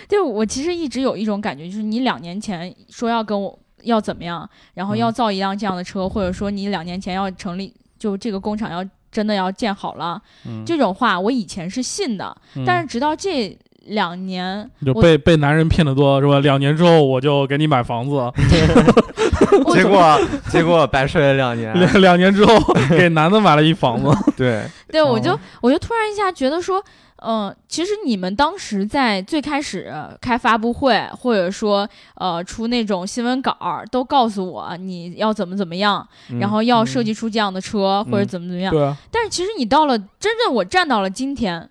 [SPEAKER 2] 对我其实一直有一种感觉，就是你两年前说要跟我要怎么样，然后要
[SPEAKER 3] 嗯
[SPEAKER 2] 造一辆这样的车，或者说你两年前要成立就这个工厂要真的要建好了，
[SPEAKER 3] 嗯，
[SPEAKER 2] 这种话我以前是信的，但是直到这两 年，
[SPEAKER 3] 就
[SPEAKER 2] 我
[SPEAKER 3] 被被男人骗得多是吧？两年之后我就给你买房子，
[SPEAKER 2] 我
[SPEAKER 4] 结果结果白睡了两年，
[SPEAKER 3] 两两年之 后给男的买了一房子。
[SPEAKER 4] 对，
[SPEAKER 2] 对，我就
[SPEAKER 3] 哦
[SPEAKER 2] 我就突然一下觉得说，嗯、其实你们当时在最开始开发布会，或者说呃出那种新闻稿儿，都告诉我你要怎么怎么样，
[SPEAKER 4] 嗯
[SPEAKER 2] 然后要
[SPEAKER 3] 嗯
[SPEAKER 2] 设计出这样的车、或者
[SPEAKER 4] 嗯
[SPEAKER 2] 怎么怎么样。
[SPEAKER 3] 对啊，
[SPEAKER 2] 但是其实你到了真正我站到了今天，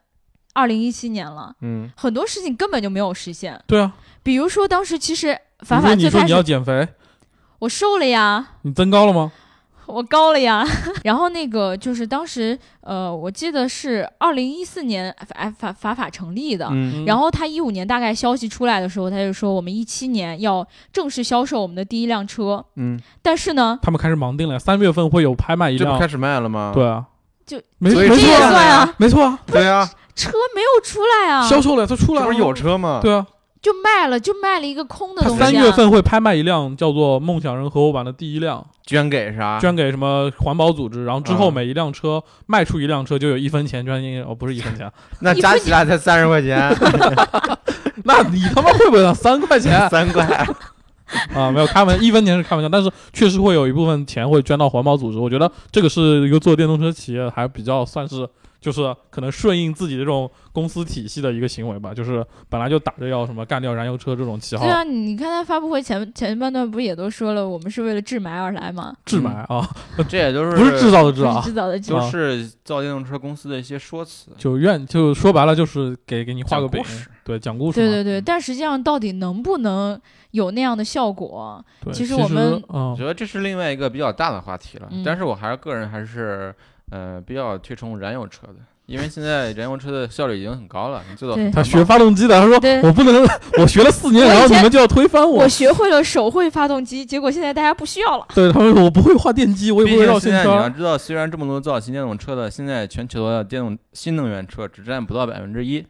[SPEAKER 2] 二零一七年了，
[SPEAKER 4] 嗯，
[SPEAKER 2] 很多事情根本就没有实现。
[SPEAKER 3] 对啊。
[SPEAKER 2] 比如说当时其实
[SPEAKER 3] 比
[SPEAKER 2] 法
[SPEAKER 3] 如
[SPEAKER 2] 法
[SPEAKER 3] 说
[SPEAKER 2] 最
[SPEAKER 3] 你说
[SPEAKER 2] 开
[SPEAKER 3] 你要
[SPEAKER 2] 始
[SPEAKER 3] 减肥，
[SPEAKER 2] 我瘦了呀，
[SPEAKER 3] 你增高了吗？
[SPEAKER 2] 我高了呀。然后那个就是当时，呃，我记得是二零一四年法法法法成立的。
[SPEAKER 4] 嗯
[SPEAKER 2] 然后他一五年大概消息出来的时候，他就说我们一七年要正式销售我们的第一辆车。
[SPEAKER 4] 嗯，
[SPEAKER 2] 但是呢，
[SPEAKER 3] 他们开始盲定了，三月份会有拍卖一
[SPEAKER 4] 这不
[SPEAKER 3] 辆
[SPEAKER 4] 开，始卖了吗？
[SPEAKER 3] 对啊，
[SPEAKER 2] 就
[SPEAKER 3] 没
[SPEAKER 4] 所以
[SPEAKER 3] 没
[SPEAKER 2] 这
[SPEAKER 3] 错
[SPEAKER 2] 也
[SPEAKER 4] 说
[SPEAKER 3] 啊，
[SPEAKER 2] 算啊，
[SPEAKER 3] 没错啊，
[SPEAKER 4] 对啊，
[SPEAKER 2] 车没有出来啊，
[SPEAKER 3] 销售了，它 出来了，
[SPEAKER 4] 这不是有车吗？
[SPEAKER 3] 对啊，
[SPEAKER 2] 就卖了，就卖了一个空的
[SPEAKER 3] 它
[SPEAKER 2] 东西、啊。
[SPEAKER 3] 三月份会拍卖一辆叫做“梦想人合伙版”的第一辆，
[SPEAKER 4] 捐给
[SPEAKER 2] 啊
[SPEAKER 4] 啥？
[SPEAKER 3] 捐给什么环保组织，然后之后
[SPEAKER 4] 嗯
[SPEAKER 3] 每一辆车卖出一辆车就有一分钱捐进，哦，不是 一分钱，
[SPEAKER 4] 那加起来才三十 块钱，
[SPEAKER 3] 那你他妈会不会想三块 钱
[SPEAKER 4] 三块，
[SPEAKER 3] 啊？没有开玩笑，一分钱是开玩笑，但是确实会有一部分钱会捐到环保组织。我觉得这个是一个做电动车企业还比较算是就是可能顺应自己这种公司体系的一个行为吧，就是本来就打着要什么干掉燃油车这种旗号
[SPEAKER 2] 对，啊，你看他发布会前前半段不也都说了，我们是为了治霾而来吗？
[SPEAKER 3] 治霾啊，
[SPEAKER 4] 这也都是
[SPEAKER 3] 不是制造的
[SPEAKER 2] 不
[SPEAKER 3] 制啊
[SPEAKER 2] 嗯是，制造的制
[SPEAKER 4] 都是造电动车公司的一些说辞。
[SPEAKER 3] 就愿就说白了就是给给你画个饼
[SPEAKER 4] 讲故事，
[SPEAKER 3] 对，讲故事嘛，
[SPEAKER 2] 对对对，但实际上到底能不能有那样的效果？
[SPEAKER 3] 对
[SPEAKER 2] 其
[SPEAKER 3] 其
[SPEAKER 2] 实我们
[SPEAKER 3] 啊
[SPEAKER 4] 我，觉得这是另外一个比较大的话题了，
[SPEAKER 2] 嗯
[SPEAKER 4] 但是我还是个人还是呃比较推崇燃油车的，因为现在燃油车的效率已经很高了，你最早
[SPEAKER 2] 对
[SPEAKER 3] 他学发动机的，他说
[SPEAKER 2] 哎对
[SPEAKER 3] 我不能，我学了四年，
[SPEAKER 2] 我以
[SPEAKER 3] 然后你
[SPEAKER 2] 前
[SPEAKER 3] 们就要推翻我
[SPEAKER 2] 我，学会了手绘发动机，结果现在大家不需要了。
[SPEAKER 3] 对他们说我不会画电机，我也
[SPEAKER 4] 毕
[SPEAKER 3] 不会绕
[SPEAKER 4] 竟现
[SPEAKER 3] 线
[SPEAKER 4] 在
[SPEAKER 3] 圈
[SPEAKER 4] 你要
[SPEAKER 3] 儿，
[SPEAKER 4] 知道，虽然这么多造新电动车的，现在全球的电动新能源车只占不到百分之一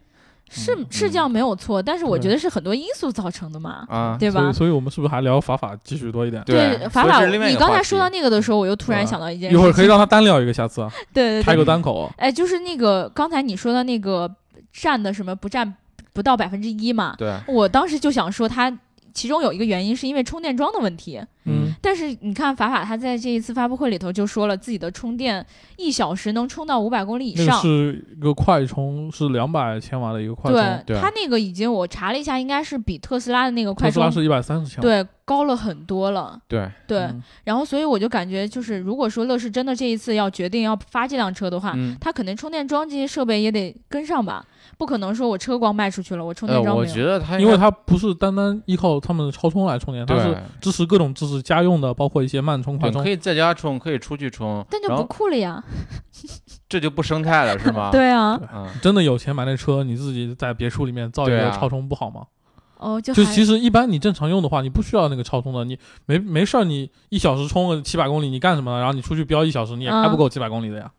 [SPEAKER 2] 是
[SPEAKER 4] 嗯
[SPEAKER 2] 是这样没有错，但是我觉
[SPEAKER 3] 对
[SPEAKER 2] 得是很多因素造成的嘛，
[SPEAKER 4] 啊。
[SPEAKER 2] 对
[SPEAKER 3] 所
[SPEAKER 2] 吧
[SPEAKER 3] 以？所以我们是不是还聊法法继续多一点？
[SPEAKER 4] 对，
[SPEAKER 2] 法
[SPEAKER 4] 所以
[SPEAKER 2] 法，
[SPEAKER 4] 这是另外
[SPEAKER 2] 你
[SPEAKER 4] 一个
[SPEAKER 2] 刚
[SPEAKER 4] 话
[SPEAKER 2] 才
[SPEAKER 4] 题
[SPEAKER 2] 说到那个的时候，我又突然
[SPEAKER 3] 对吧
[SPEAKER 2] 想到一件事
[SPEAKER 3] 一
[SPEAKER 2] 情，
[SPEAKER 3] 会儿可以让他单聊一个，下次啊
[SPEAKER 2] 对对
[SPEAKER 3] 开
[SPEAKER 2] 对，
[SPEAKER 3] 个单口，啊
[SPEAKER 2] 哎，就是那个刚才你说的那个占的什么不占不到百分之一嘛，
[SPEAKER 4] 对，
[SPEAKER 2] 我当时就想说它。其中有一个原因是因为充电桩的问题，
[SPEAKER 3] 嗯，
[SPEAKER 2] 但是你看法法他在这一次发布会里头就说了自己的充电一小时能充到五百公里以
[SPEAKER 3] 那个
[SPEAKER 2] 上，
[SPEAKER 3] 是一个快充，是两百千瓦的一个快充，啊
[SPEAKER 2] 对
[SPEAKER 4] 对
[SPEAKER 2] 它那个已经我查了一下，应该是比特斯拉的那个快
[SPEAKER 3] 特斯拉
[SPEAKER 2] 充
[SPEAKER 3] 是一百三十千瓦，
[SPEAKER 2] 对高了很多了。
[SPEAKER 4] 对，
[SPEAKER 2] 对，
[SPEAKER 3] 嗯
[SPEAKER 2] 然后所以我就感觉就是，如果说乐视真的这一次要决定要发这辆车的话，
[SPEAKER 4] 嗯，
[SPEAKER 2] 它可能充电桩这些设备也得跟上吧，不可能说我车光卖出去了，我充
[SPEAKER 4] 呃，
[SPEAKER 2] 电桩
[SPEAKER 4] 我
[SPEAKER 2] 没有。
[SPEAKER 4] 觉得它应
[SPEAKER 3] 因为
[SPEAKER 4] 该
[SPEAKER 3] 它不是单单依靠他们的超充来充电，它是
[SPEAKER 4] 对
[SPEAKER 3] 支持各种支持家用的，包括一些慢充、快
[SPEAKER 4] 对，
[SPEAKER 3] 充
[SPEAKER 4] 可。以在家充，可以出去充，
[SPEAKER 2] 但就
[SPEAKER 4] 然
[SPEAKER 2] 不
[SPEAKER 4] 后
[SPEAKER 2] 酷了呀，
[SPEAKER 4] 这就不生态了，是 吗？，
[SPEAKER 2] 对啊，
[SPEAKER 4] 嗯，
[SPEAKER 3] 真的有钱买那车，你自己在别墅里面造一
[SPEAKER 4] 对
[SPEAKER 3] 个
[SPEAKER 4] 啊
[SPEAKER 3] 超充不好吗？
[SPEAKER 2] 哦，就
[SPEAKER 3] 就
[SPEAKER 2] 还
[SPEAKER 3] 其实一般你正常用的话，你不需要那个超充的，你没没事儿，你一小时充个七百公里，你干什么呢？然后你出去飙一小时，你也开不够七百公里的呀。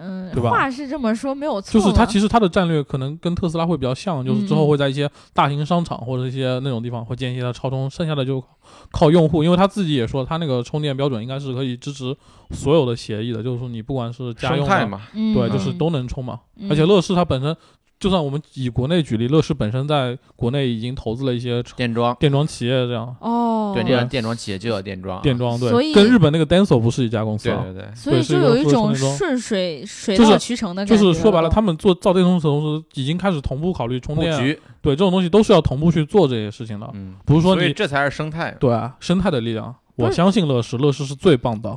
[SPEAKER 2] 嗯，
[SPEAKER 3] 对吧
[SPEAKER 2] 话是这么说没有错啊嗯
[SPEAKER 3] 就
[SPEAKER 2] 嘛，
[SPEAKER 3] 是它其实它的战略可能跟特斯拉会比较像，就是之后会在一些大型商场或者一些那种地方会建一些它超充，剩下的就靠用户，因为他自己也说他那个充电标准应该是可以支持所有的协议的，就是说你不管是 家
[SPEAKER 4] 生
[SPEAKER 3] 用
[SPEAKER 4] 态
[SPEAKER 3] 的，
[SPEAKER 4] 嘛，
[SPEAKER 2] 嗯
[SPEAKER 3] 对，就是
[SPEAKER 2] 嗯
[SPEAKER 3] 都能充嘛。
[SPEAKER 2] 嗯
[SPEAKER 3] 而且乐视它本身，就算我们以国内举例，乐视本身在国内已经投资了一些
[SPEAKER 4] 电桩，
[SPEAKER 3] 电桩企业，这样
[SPEAKER 2] 哦，
[SPEAKER 4] 对，这样电桩企业就叫电桩啊，
[SPEAKER 3] 电桩
[SPEAKER 2] 所以
[SPEAKER 3] 对，跟日本那个 Denso 不是一家公司
[SPEAKER 4] 对
[SPEAKER 3] 啊。
[SPEAKER 4] 对对，
[SPEAKER 2] 所以
[SPEAKER 3] 对是
[SPEAKER 2] 就
[SPEAKER 3] 一个
[SPEAKER 2] 有一
[SPEAKER 3] 合
[SPEAKER 2] 种
[SPEAKER 3] 成装
[SPEAKER 2] 顺水水
[SPEAKER 3] 就是
[SPEAKER 2] 到渠成的感
[SPEAKER 3] 就
[SPEAKER 2] 觉哦
[SPEAKER 3] 是说白了，
[SPEAKER 2] 了
[SPEAKER 3] 他们做造电动车的同时，已经开始同步考虑充
[SPEAKER 4] 布
[SPEAKER 3] 电啊，
[SPEAKER 4] 局，
[SPEAKER 3] 对这种东西都是要同步去做这些事情的，
[SPEAKER 4] 嗯，
[SPEAKER 3] 不是说
[SPEAKER 4] 所以
[SPEAKER 3] 你
[SPEAKER 4] 这才是生 态。
[SPEAKER 3] 对啊生态的力量。
[SPEAKER 2] 不
[SPEAKER 3] 我
[SPEAKER 2] 是
[SPEAKER 3] 相信乐视，乐视是最棒的。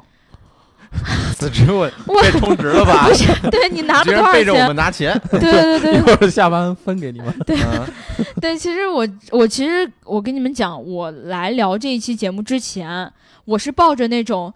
[SPEAKER 4] 辞 职我
[SPEAKER 2] 我
[SPEAKER 4] 被充值了吧？
[SPEAKER 2] 不是， 对你拿了
[SPEAKER 4] 居
[SPEAKER 2] 多
[SPEAKER 4] 然
[SPEAKER 2] 少
[SPEAKER 4] 背着我
[SPEAKER 2] 钱？
[SPEAKER 4] 们拿钱，
[SPEAKER 2] 对对对对
[SPEAKER 3] 一 会儿下班分给你们。
[SPEAKER 4] 嗯，
[SPEAKER 2] 对，其实我我其实我跟你们讲，我来聊这一期节目之前，我是抱着那种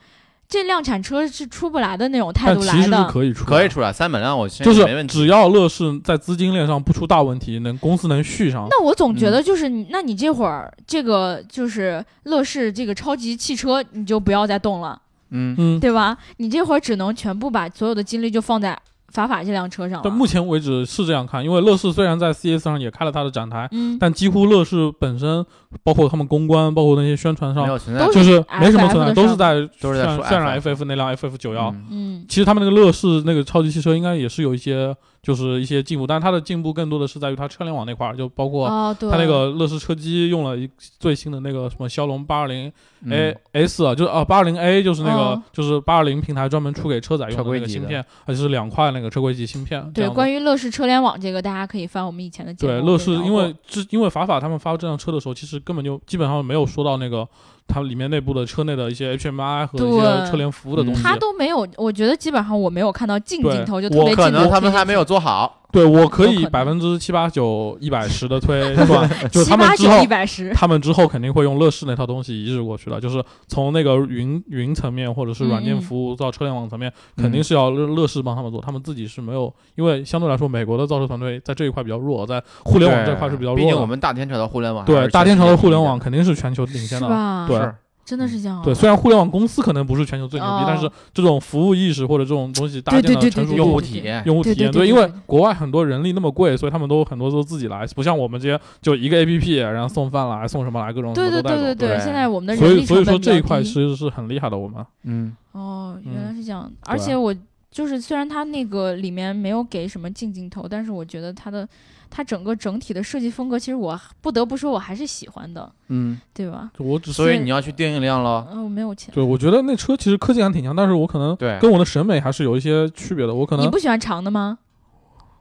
[SPEAKER 2] 这辆产车是出不来的那种 态
[SPEAKER 3] 但
[SPEAKER 2] 度
[SPEAKER 3] 其
[SPEAKER 2] 来
[SPEAKER 3] 实是
[SPEAKER 2] 的。
[SPEAKER 3] 可以出的，
[SPEAKER 4] 可以出来三百辆，我现
[SPEAKER 3] 就
[SPEAKER 4] 在
[SPEAKER 3] 是
[SPEAKER 4] 没问题。
[SPEAKER 3] 只要乐视在资金链上不出大问题，能公司能续上。
[SPEAKER 2] 那我总觉
[SPEAKER 3] 嗯
[SPEAKER 2] 得就是你，那你这会儿这个就是乐视这个超级汽车，你就不要再动了，
[SPEAKER 4] 嗯，
[SPEAKER 3] 嗯，
[SPEAKER 2] 对吧？你这会儿只能全部把所有的精力就放在法法这辆车上
[SPEAKER 3] 但
[SPEAKER 2] 了。
[SPEAKER 3] 目前为止是这样看，因为乐视虽然在 CES 上也开了它的展台，
[SPEAKER 2] 嗯，
[SPEAKER 3] 但几乎乐视本身，包括他们公关，包括那些宣传
[SPEAKER 4] 没
[SPEAKER 3] 上，
[SPEAKER 4] 有存在
[SPEAKER 2] 都
[SPEAKER 3] 嗯就是没什么存
[SPEAKER 2] FF
[SPEAKER 3] 在，
[SPEAKER 2] 的
[SPEAKER 3] 都是在
[SPEAKER 4] 都是在
[SPEAKER 3] 渲
[SPEAKER 4] 说
[SPEAKER 3] 渲染
[SPEAKER 4] FF
[SPEAKER 3] FF 那辆 FF 九幺。
[SPEAKER 4] 嗯
[SPEAKER 2] 嗯，
[SPEAKER 3] 其实他们那个乐视那个超级汽车应该也是有一些就是一些进步，但它的进步更多的是在于它车联网那块儿，就包括
[SPEAKER 2] 哦，对，
[SPEAKER 3] 它那个乐视车机用了一最新的那个什么骁龙八二零
[SPEAKER 4] 嗯
[SPEAKER 3] A S 啊，就是啊八二零 A 就是那个
[SPEAKER 2] 嗯
[SPEAKER 3] 就是八二零平台专门出给车载用的
[SPEAKER 4] 车
[SPEAKER 3] 那
[SPEAKER 4] 规
[SPEAKER 3] 个
[SPEAKER 4] 级
[SPEAKER 3] 芯
[SPEAKER 4] 的
[SPEAKER 3] 片，而且是两块那个车规级芯片。
[SPEAKER 2] 对，
[SPEAKER 3] 于。
[SPEAKER 2] 关于乐视车联网这个，大家可以翻我们以前的节目。
[SPEAKER 3] 对，乐视因为之因为法法他们发这辆车的时候，其实根本就基本上没有说到那个它里面内部的车内的一些 HMI 和一
[SPEAKER 2] 对嗯
[SPEAKER 3] 些车联服务的东西。
[SPEAKER 2] 他都没有，我觉得基本上我没有看到近镜头就特
[SPEAKER 3] 我
[SPEAKER 2] 别
[SPEAKER 3] 被
[SPEAKER 2] 近
[SPEAKER 4] 可能
[SPEAKER 2] 的
[SPEAKER 4] 他们还没有做好，
[SPEAKER 3] 对我可
[SPEAKER 2] 有
[SPEAKER 3] 以
[SPEAKER 2] 可
[SPEAKER 3] 百
[SPEAKER 2] 能
[SPEAKER 3] 分之七八九、一百十 的推断，就是
[SPEAKER 2] 七
[SPEAKER 3] 他
[SPEAKER 2] 八
[SPEAKER 3] 们之
[SPEAKER 2] 九
[SPEAKER 3] 后
[SPEAKER 2] 一。百十，
[SPEAKER 3] 他们之后肯定会用乐视那套东西移植过去的，就是从那个云云层面或者是软
[SPEAKER 2] 嗯
[SPEAKER 3] 件
[SPEAKER 2] 嗯
[SPEAKER 3] 服务到车联网层面，
[SPEAKER 4] 嗯
[SPEAKER 3] 肯定是要乐乐视帮他们做，他们自己是没有，因为相对来说美国的造车团队在这一块比较弱，在互联网这块是比较弱的。
[SPEAKER 4] 毕竟我们大天朝的互联网还是
[SPEAKER 3] 对
[SPEAKER 4] 全
[SPEAKER 3] 大天朝的互联网
[SPEAKER 4] 世
[SPEAKER 3] 肯定是全球领先
[SPEAKER 2] 是
[SPEAKER 3] 的，
[SPEAKER 2] 吧？
[SPEAKER 3] 对
[SPEAKER 4] 是
[SPEAKER 2] 真的是这样啊。
[SPEAKER 3] 对，虽然互联网公司可能不是全球最牛逼
[SPEAKER 2] 哦，
[SPEAKER 3] 但是这种服务意识或者这种东西搭建
[SPEAKER 2] 对对
[SPEAKER 3] 的
[SPEAKER 2] 对
[SPEAKER 3] 成
[SPEAKER 4] 界
[SPEAKER 3] 熟
[SPEAKER 4] 用
[SPEAKER 3] 度
[SPEAKER 4] 户。体验，
[SPEAKER 3] 用户体验
[SPEAKER 2] 对对对对
[SPEAKER 3] 因为
[SPEAKER 2] 对
[SPEAKER 3] 国外很多人力那么贵，所以他们都很多都自己来，不像我们这些就一个 A P P，然后送饭来送什么来，各种
[SPEAKER 2] 对
[SPEAKER 3] 什么
[SPEAKER 2] 对
[SPEAKER 3] 都带
[SPEAKER 2] 对
[SPEAKER 3] 走
[SPEAKER 2] 对对，
[SPEAKER 4] 对
[SPEAKER 2] 现在我们的
[SPEAKER 3] 所
[SPEAKER 2] 人
[SPEAKER 3] 以
[SPEAKER 2] 力成
[SPEAKER 3] 所
[SPEAKER 2] 本
[SPEAKER 3] 以说这
[SPEAKER 2] 比
[SPEAKER 3] 一
[SPEAKER 2] 较
[SPEAKER 3] 块
[SPEAKER 2] 低
[SPEAKER 3] 其实是很厉害的，我们
[SPEAKER 4] 嗯，
[SPEAKER 2] 哦，
[SPEAKER 3] 嗯
[SPEAKER 2] 原来是这样。而
[SPEAKER 3] 对啊
[SPEAKER 2] 且我就是虽然它那个里面没有给什么近镜头，但是我觉得它的它整个整体的设计风格，其实我不得不说我还是喜欢的，
[SPEAKER 4] 嗯，
[SPEAKER 2] 对吧？
[SPEAKER 3] 我只
[SPEAKER 4] 所以
[SPEAKER 2] 是
[SPEAKER 4] 你要去定一辆喽，
[SPEAKER 2] 嗯，我没有钱，
[SPEAKER 3] 对我觉得那车其实科技感挺强，但是我可能
[SPEAKER 4] 对
[SPEAKER 3] 跟我的审美还是有一些区别的，我可
[SPEAKER 2] 你
[SPEAKER 3] 能
[SPEAKER 2] 不喜欢长的吗？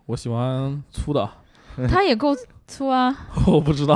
[SPEAKER 3] 我喜欢粗的，
[SPEAKER 2] 它也够粗啊。
[SPEAKER 3] 我不知道，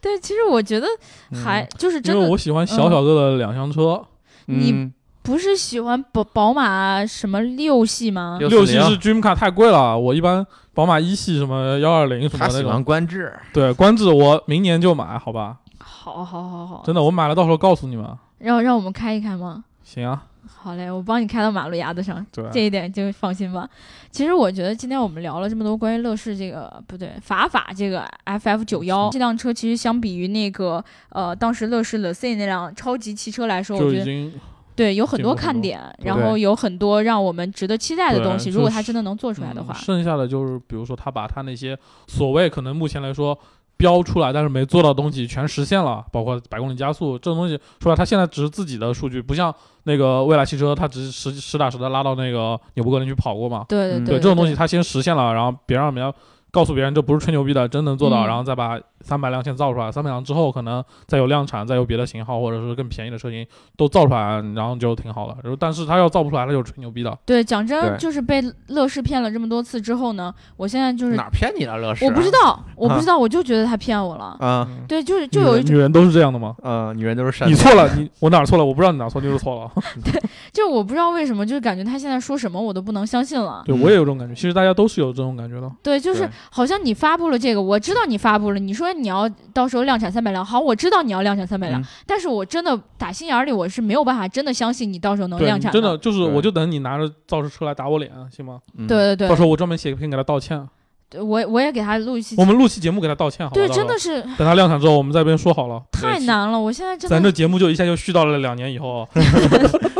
[SPEAKER 2] 对，其实我觉得
[SPEAKER 3] 嗯
[SPEAKER 2] 还、就是
[SPEAKER 3] 因
[SPEAKER 2] 真
[SPEAKER 3] 为
[SPEAKER 2] 的嗯
[SPEAKER 3] 我喜欢小小个的两厢车，
[SPEAKER 2] 你
[SPEAKER 4] 嗯
[SPEAKER 2] 不是喜欢宝宝马什么六系吗？
[SPEAKER 4] 640
[SPEAKER 3] 六系是 Dream Car 太贵了，我一般宝马一系什么幺二零什么
[SPEAKER 4] 他
[SPEAKER 3] 那
[SPEAKER 4] 喜
[SPEAKER 3] 种
[SPEAKER 4] 欢，观致，
[SPEAKER 3] 对，观致我明年就买，好吧？
[SPEAKER 2] 好好好
[SPEAKER 4] 啊
[SPEAKER 2] 好，
[SPEAKER 3] 真的，我买了到时候告诉你们。
[SPEAKER 2] 让让我们开一开吗？
[SPEAKER 3] 行啊，
[SPEAKER 2] 好嘞，我帮你开到马路牙子上，
[SPEAKER 3] 对，
[SPEAKER 2] 这一点就放心吧。其实我觉得今天我们聊了这么多关于乐视这个不对法法这个 FF 九幺这辆车，其实相比于那个呃当时乐视 l e C 那辆超级汽车来说，我
[SPEAKER 3] 就
[SPEAKER 2] 觉
[SPEAKER 3] 已
[SPEAKER 2] 得
[SPEAKER 3] 经
[SPEAKER 2] 对有很
[SPEAKER 3] 进
[SPEAKER 2] 多
[SPEAKER 3] 步很
[SPEAKER 2] 看
[SPEAKER 3] 多
[SPEAKER 2] 点，
[SPEAKER 4] 对
[SPEAKER 2] 然后有很多让我们值得期待的
[SPEAKER 3] 对
[SPEAKER 2] 东西。
[SPEAKER 3] 就
[SPEAKER 2] 如果
[SPEAKER 3] 是
[SPEAKER 2] 它真的能做出来的
[SPEAKER 3] 嗯
[SPEAKER 2] 话，
[SPEAKER 3] 剩下的就是比如说他把他那些所谓可能目前来说标出来但是没做到的东西全实现了，包括百公里加速这种东西，说白了他现在只是自己的数据，不像那个蔚来汽车，他只是实实打实的拉到那个纽博格林去跑过嘛。
[SPEAKER 2] 对对
[SPEAKER 4] 嗯
[SPEAKER 2] 对，
[SPEAKER 3] 对这种东西，他先实现了，然后别让别人告诉别人这不是吹牛逼的，真能做到，
[SPEAKER 2] 嗯
[SPEAKER 3] 然后再把三百辆先造出来，三百辆之后可能再有量产，再有别的型号或者是更便宜的车型都造出来，然后就挺好了。然后但是他要造不出来，他就是吹牛逼的。
[SPEAKER 2] 对，讲真，
[SPEAKER 4] 对
[SPEAKER 2] 就是被乐视骗了这么多次之后呢，我现在就是
[SPEAKER 4] 哪儿骗你了乐
[SPEAKER 2] 嗯
[SPEAKER 4] 视？
[SPEAKER 3] 啊
[SPEAKER 2] 我不知道，我不知道，我就觉得他骗我了。
[SPEAKER 4] 啊
[SPEAKER 2] 对，就是就有一
[SPEAKER 3] 女人
[SPEAKER 2] 种，
[SPEAKER 3] 女人都是这样的吗？
[SPEAKER 4] 啊，女人都是善
[SPEAKER 3] 你
[SPEAKER 4] 良
[SPEAKER 3] 错了，你我哪儿错了？我不知道你哪儿错，你就是错
[SPEAKER 2] 嗯
[SPEAKER 3] 了。
[SPEAKER 2] 就我不知道为什么，就是感觉他现在说什么我都不能相信了。
[SPEAKER 3] 对，我也有这种感觉。其实大家都是有这种感觉的。
[SPEAKER 2] 对，就是
[SPEAKER 4] 对
[SPEAKER 2] 好像你发布了这个，我知道你发布了，你说你要到时候量产三百辆，好，我知道你要量产三百辆，
[SPEAKER 4] 嗯
[SPEAKER 2] 但是我真的打心眼儿里我是没有办法真的相信你到时候能
[SPEAKER 3] 对，
[SPEAKER 2] 量
[SPEAKER 3] 你
[SPEAKER 2] 产
[SPEAKER 3] 真的就是，
[SPEAKER 4] 对
[SPEAKER 3] 我就等你拿着造车来打我脸，行吗？
[SPEAKER 4] 嗯
[SPEAKER 2] 对对
[SPEAKER 3] 到时
[SPEAKER 2] 对
[SPEAKER 3] 候我专门写个信给他 道歉，
[SPEAKER 2] 对，我我也给他录一期
[SPEAKER 3] 我，们录期节目给他道歉，好吧？
[SPEAKER 2] 对，
[SPEAKER 3] 到时
[SPEAKER 2] 真
[SPEAKER 3] 候
[SPEAKER 2] 的是
[SPEAKER 3] 等他量产之后，我们在这边说好了。
[SPEAKER 2] 太难了，我现在真
[SPEAKER 3] 咱
[SPEAKER 2] 的
[SPEAKER 3] 这节目就一下就续到了两年以后，哦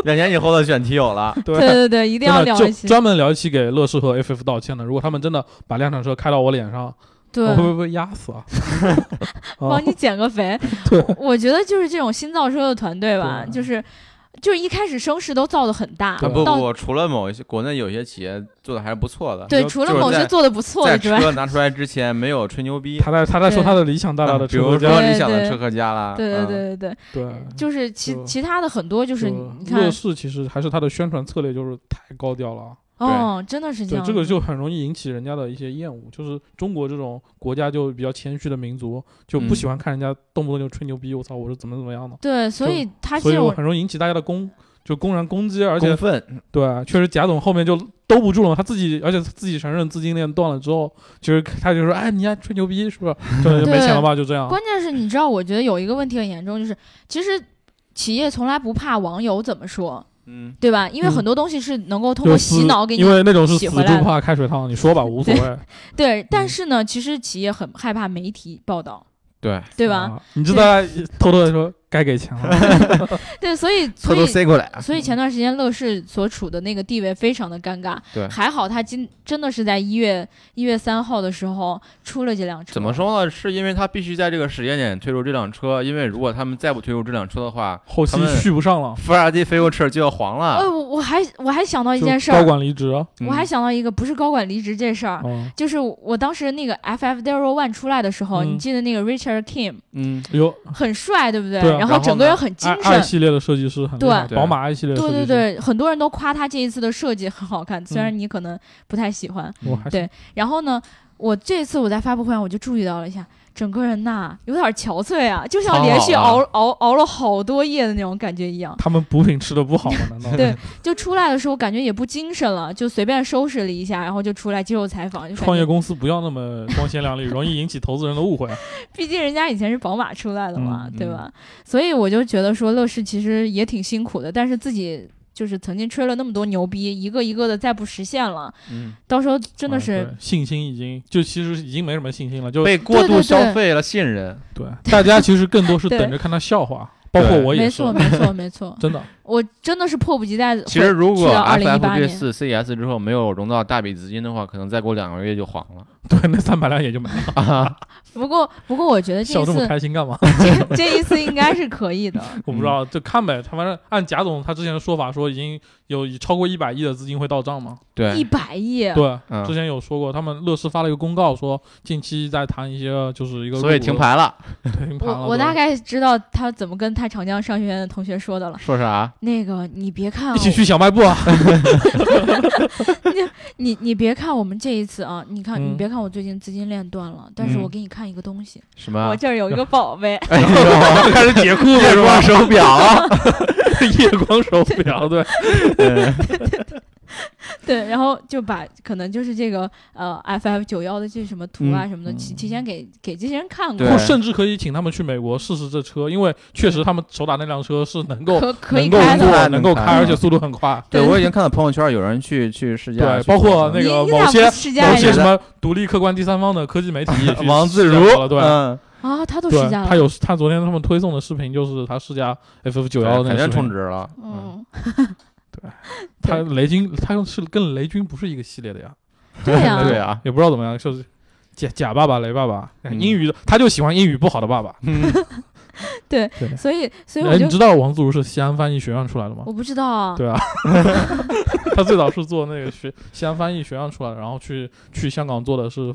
[SPEAKER 4] 两年以后的选题 有了，
[SPEAKER 3] 对
[SPEAKER 2] 对对对，一定要
[SPEAKER 3] 真的
[SPEAKER 2] 聊
[SPEAKER 3] 就
[SPEAKER 2] 一期，
[SPEAKER 3] 专门聊一期给乐视和 FF 道歉的。如果他们真的把量产车开到我脸上，
[SPEAKER 2] 对
[SPEAKER 3] 我。会不会被压 死啊？啊
[SPEAKER 2] 帮你减个 肥。
[SPEAKER 3] 对
[SPEAKER 2] 我觉得就是这种新造车的团队吧，
[SPEAKER 3] 对
[SPEAKER 2] 就是就是一开始声势都造的很大，
[SPEAKER 4] 啊不不
[SPEAKER 2] 到
[SPEAKER 4] 不，除了某一些国内有些企业做的还是不错的，
[SPEAKER 2] 对，
[SPEAKER 3] 就
[SPEAKER 2] 除了
[SPEAKER 4] 就是
[SPEAKER 2] 某些
[SPEAKER 4] 在
[SPEAKER 2] 做的不错
[SPEAKER 4] 在
[SPEAKER 2] 的之外，
[SPEAKER 4] 车拿出来之前没有吹牛逼，
[SPEAKER 3] 他在他在说
[SPEAKER 2] 对
[SPEAKER 3] 他的理想带来的
[SPEAKER 4] 啊比
[SPEAKER 3] 车
[SPEAKER 4] 如
[SPEAKER 3] 和
[SPEAKER 4] 说
[SPEAKER 3] 家，
[SPEAKER 2] 对
[SPEAKER 4] 理想的
[SPEAKER 2] 对
[SPEAKER 4] 车和家啦，
[SPEAKER 2] 对对
[SPEAKER 4] 嗯，
[SPEAKER 2] 对对对，
[SPEAKER 3] 对，
[SPEAKER 2] 就是其
[SPEAKER 3] 就
[SPEAKER 2] 其他的很多就是
[SPEAKER 3] 就
[SPEAKER 2] 你
[SPEAKER 3] 乐
[SPEAKER 2] 看，
[SPEAKER 3] 视其实还是它的宣传策略就是太高调了，啊
[SPEAKER 2] 哦，真的是这
[SPEAKER 3] 对
[SPEAKER 2] 样，
[SPEAKER 3] 这个就很容易引起人家的一些厌恶。就是中国这种国家就比较谦虚的民族，就不
[SPEAKER 4] 嗯
[SPEAKER 3] 喜欢看人家动不动就吹牛逼，我操，我是怎么怎么样的，
[SPEAKER 2] 对，所以他
[SPEAKER 3] 所
[SPEAKER 2] 这
[SPEAKER 3] 以我
[SPEAKER 2] 种
[SPEAKER 3] 很容易引起大家的攻，就公然攻击，而且
[SPEAKER 4] 公愤，
[SPEAKER 3] 对，啊确实贾总后面就兜不住了，他自己，而且他自己承认资金链断了之后，就是他就说，哎，你还吹牛逼是不是？这就没钱了吧？就这样。
[SPEAKER 2] 关键是你知道，我觉得有一个问题很严重，就是其实企业从来不怕网友怎么说，
[SPEAKER 4] 嗯，
[SPEAKER 2] 对吧？因为
[SPEAKER 3] 嗯
[SPEAKER 2] 很多东西是能够通
[SPEAKER 3] 就
[SPEAKER 2] 过
[SPEAKER 3] 是
[SPEAKER 2] 洗脑给你
[SPEAKER 3] 因为那种是
[SPEAKER 2] 洗
[SPEAKER 3] 死
[SPEAKER 2] 回来
[SPEAKER 3] 猪怕开水烫，你说吧，无所谓，
[SPEAKER 2] 对，但
[SPEAKER 3] 嗯
[SPEAKER 2] 是呢，其实企业很害怕媒体报道，
[SPEAKER 4] 对，
[SPEAKER 2] 对吧？
[SPEAKER 3] 啊？你就在偷偷的说该给钱了。
[SPEAKER 2] 对，所以
[SPEAKER 4] 偷
[SPEAKER 2] 所
[SPEAKER 4] 偷
[SPEAKER 2] 以
[SPEAKER 4] 塞过来，
[SPEAKER 2] 所
[SPEAKER 3] 嗯
[SPEAKER 2] 以前段时间乐视所处的那个地位非常的尴尬。
[SPEAKER 4] 对
[SPEAKER 2] 还好他今真的是在一月一月三号的时候出了这辆车。
[SPEAKER 4] 怎么？说呢？是因为他必须在这个时间点推出这辆车，因为如果他们再不推出这辆车的话，
[SPEAKER 3] 后期
[SPEAKER 4] 他们
[SPEAKER 3] 续不上
[SPEAKER 2] 哦
[SPEAKER 3] 了，
[SPEAKER 4] 法拉第飞过车就要黄
[SPEAKER 2] 呃，
[SPEAKER 4] 了。嗯
[SPEAKER 2] 我我还我还想到一
[SPEAKER 3] 就
[SPEAKER 2] 件事
[SPEAKER 3] 高
[SPEAKER 2] 儿，啊
[SPEAKER 3] 管离职啊，
[SPEAKER 2] 我还想到一个不是高管离职这事儿，
[SPEAKER 3] 嗯，
[SPEAKER 2] 就是我当时那个 FF Zero One 出来的时候，
[SPEAKER 3] 嗯
[SPEAKER 2] 你记得那个 Richard Kim
[SPEAKER 4] 嗯，
[SPEAKER 3] 有
[SPEAKER 2] 很帅，对不对？
[SPEAKER 3] 对啊
[SPEAKER 2] 然
[SPEAKER 4] 然后
[SPEAKER 2] 后整个
[SPEAKER 4] 呢
[SPEAKER 2] 人很精
[SPEAKER 3] i i
[SPEAKER 2] 神。
[SPEAKER 3] 系列的设计师很厉害，
[SPEAKER 4] 对
[SPEAKER 3] 宝马 i 系列的设
[SPEAKER 2] 对对
[SPEAKER 3] 计师，
[SPEAKER 2] 对，很多人都夸他这一次的设计很好看，虽然
[SPEAKER 3] 嗯
[SPEAKER 2] 你可能不太喜欢，
[SPEAKER 3] 我还是
[SPEAKER 2] 对然后呢，我这次我在发布会上我就注意到了一下，整个人呐有点憔悴啊，就像连续
[SPEAKER 4] 苍老
[SPEAKER 2] 熬
[SPEAKER 4] 了
[SPEAKER 2] 熬熬了好多夜的那种感觉一样。
[SPEAKER 3] 他们补品吃的不好吗？难道
[SPEAKER 2] 对就出来的时候感觉也不精神了，就随便收拾了一下，然后就出来接受采访。就感觉
[SPEAKER 3] 创业，公司不要那么光鲜亮丽，容易引起投资人的误会。啊
[SPEAKER 2] 毕竟人家以前是宝马出来的嘛，
[SPEAKER 4] 嗯
[SPEAKER 2] 对吧？所以我就觉得说乐视其实也挺辛苦的，但是自己。就是曾经吹了那么多牛逼，一个一个的再不实现了，
[SPEAKER 4] 嗯，
[SPEAKER 2] 到时候真的
[SPEAKER 3] 啊
[SPEAKER 2] 是、
[SPEAKER 3] 对信心已经就其实已经没什么信心了，就
[SPEAKER 4] 被过
[SPEAKER 2] 对对
[SPEAKER 4] 度
[SPEAKER 2] 对
[SPEAKER 4] 消费了信任，
[SPEAKER 3] 对大家其实 更多是
[SPEAKER 2] 对
[SPEAKER 3] 等着看他笑话，包括
[SPEAKER 4] 对
[SPEAKER 3] 我也
[SPEAKER 2] 没
[SPEAKER 3] 是
[SPEAKER 2] 错，没错，没错，
[SPEAKER 3] 真的。
[SPEAKER 2] 我真的是迫不及待 会去
[SPEAKER 4] 其
[SPEAKER 2] 到
[SPEAKER 4] 实
[SPEAKER 2] 2018年。
[SPEAKER 4] 如果 FF 这次 CES 之后没有融到大笔资金的话，可能再过两个月就黄了。
[SPEAKER 3] 对，那三百辆也就没了，
[SPEAKER 2] 不过，不过我觉 得这
[SPEAKER 3] 笑
[SPEAKER 2] 一
[SPEAKER 3] 这么
[SPEAKER 2] 次
[SPEAKER 3] 开心 干嘛？
[SPEAKER 2] 这这一次应该是可以 的。
[SPEAKER 3] 我不知
[SPEAKER 4] 嗯
[SPEAKER 3] 道，就看呗。他反正按贾总他之前的说法说，已经有超过一百亿的资金会到账嘛。
[SPEAKER 2] 一
[SPEAKER 4] 对，
[SPEAKER 2] 百亿，
[SPEAKER 3] 对，
[SPEAKER 4] 嗯
[SPEAKER 3] 之前有说过，他们乐视发了一个公告说，近期在谈一些就是一个
[SPEAKER 4] 所以
[SPEAKER 3] 入股的
[SPEAKER 4] 停，牌了。
[SPEAKER 3] 对停牌了。
[SPEAKER 2] 我我大
[SPEAKER 3] 对
[SPEAKER 2] 概知道他怎么跟他长江商学院的同学说的了。
[SPEAKER 4] 说啥？
[SPEAKER 2] 那个你别看、啊
[SPEAKER 3] 一起去小卖部啊！
[SPEAKER 2] 哦你你别看我们这一次啊，你看、
[SPEAKER 3] 嗯
[SPEAKER 2] 你别看我最近资金链断了，但是
[SPEAKER 3] 嗯啊
[SPEAKER 2] 我给你看一个东西，
[SPEAKER 4] 什么
[SPEAKER 2] 我？这儿有一个宝贝，
[SPEAKER 4] 哎呦，
[SPEAKER 3] 开始解裤子
[SPEAKER 4] 月
[SPEAKER 3] 是吧
[SPEAKER 4] 光？手表，
[SPEAKER 3] 夜光手表，对，
[SPEAKER 2] 对，然后就把可能就是这个呃 FF 九幺的这什么图
[SPEAKER 3] 嗯
[SPEAKER 2] 啊什么的，提提前给给这些人看过
[SPEAKER 4] 对
[SPEAKER 3] 或，甚至可以请他们去美国试试这车，因为确实他们手打那辆车是能够
[SPEAKER 2] 可可以
[SPEAKER 3] 能够
[SPEAKER 2] 开的。
[SPEAKER 3] 坐、
[SPEAKER 4] 能
[SPEAKER 3] 能够
[SPEAKER 4] 开
[SPEAKER 3] 开，
[SPEAKER 4] 的
[SPEAKER 3] 而且速度很快。
[SPEAKER 4] 对我已经看到朋友圈有人去去试驾，
[SPEAKER 3] 对，
[SPEAKER 4] 去
[SPEAKER 3] 包
[SPEAKER 4] 做
[SPEAKER 3] 括
[SPEAKER 4] 的
[SPEAKER 3] 那
[SPEAKER 2] 你
[SPEAKER 3] 个
[SPEAKER 2] 你
[SPEAKER 3] 某
[SPEAKER 2] 咋不
[SPEAKER 3] 些
[SPEAKER 2] 试
[SPEAKER 3] 某
[SPEAKER 2] 驾
[SPEAKER 3] 些
[SPEAKER 2] 呀
[SPEAKER 3] 什么独立客观第三方的科技 媒体也去
[SPEAKER 4] 王自
[SPEAKER 3] 试驾
[SPEAKER 4] 如
[SPEAKER 3] 了，对，
[SPEAKER 4] 嗯，
[SPEAKER 2] 啊，他都试
[SPEAKER 3] 对
[SPEAKER 2] 驾了，
[SPEAKER 3] 他有他昨天他们推送的视频，就是他试驾 FF 九幺那个
[SPEAKER 4] 肯定
[SPEAKER 3] 视频
[SPEAKER 4] 充值了。嗯，
[SPEAKER 2] 嗯，
[SPEAKER 3] 他雷军他是跟雷军不是一个系列的呀，
[SPEAKER 2] 对呀、
[SPEAKER 4] 对啊，
[SPEAKER 3] 也不知道怎么样，就是假假爸爸雷爸爸，
[SPEAKER 4] 嗯
[SPEAKER 3] 英语他就喜欢英语不好的爸爸。
[SPEAKER 2] 所以所以
[SPEAKER 3] 哎，
[SPEAKER 2] 我
[SPEAKER 3] 你
[SPEAKER 2] 就
[SPEAKER 3] 知道王自如是西安翻译学院出来的吗
[SPEAKER 2] 我？不知道啊，
[SPEAKER 3] 对啊， 他最早是做那个学西安翻译学院出来的，然后去去香港做的是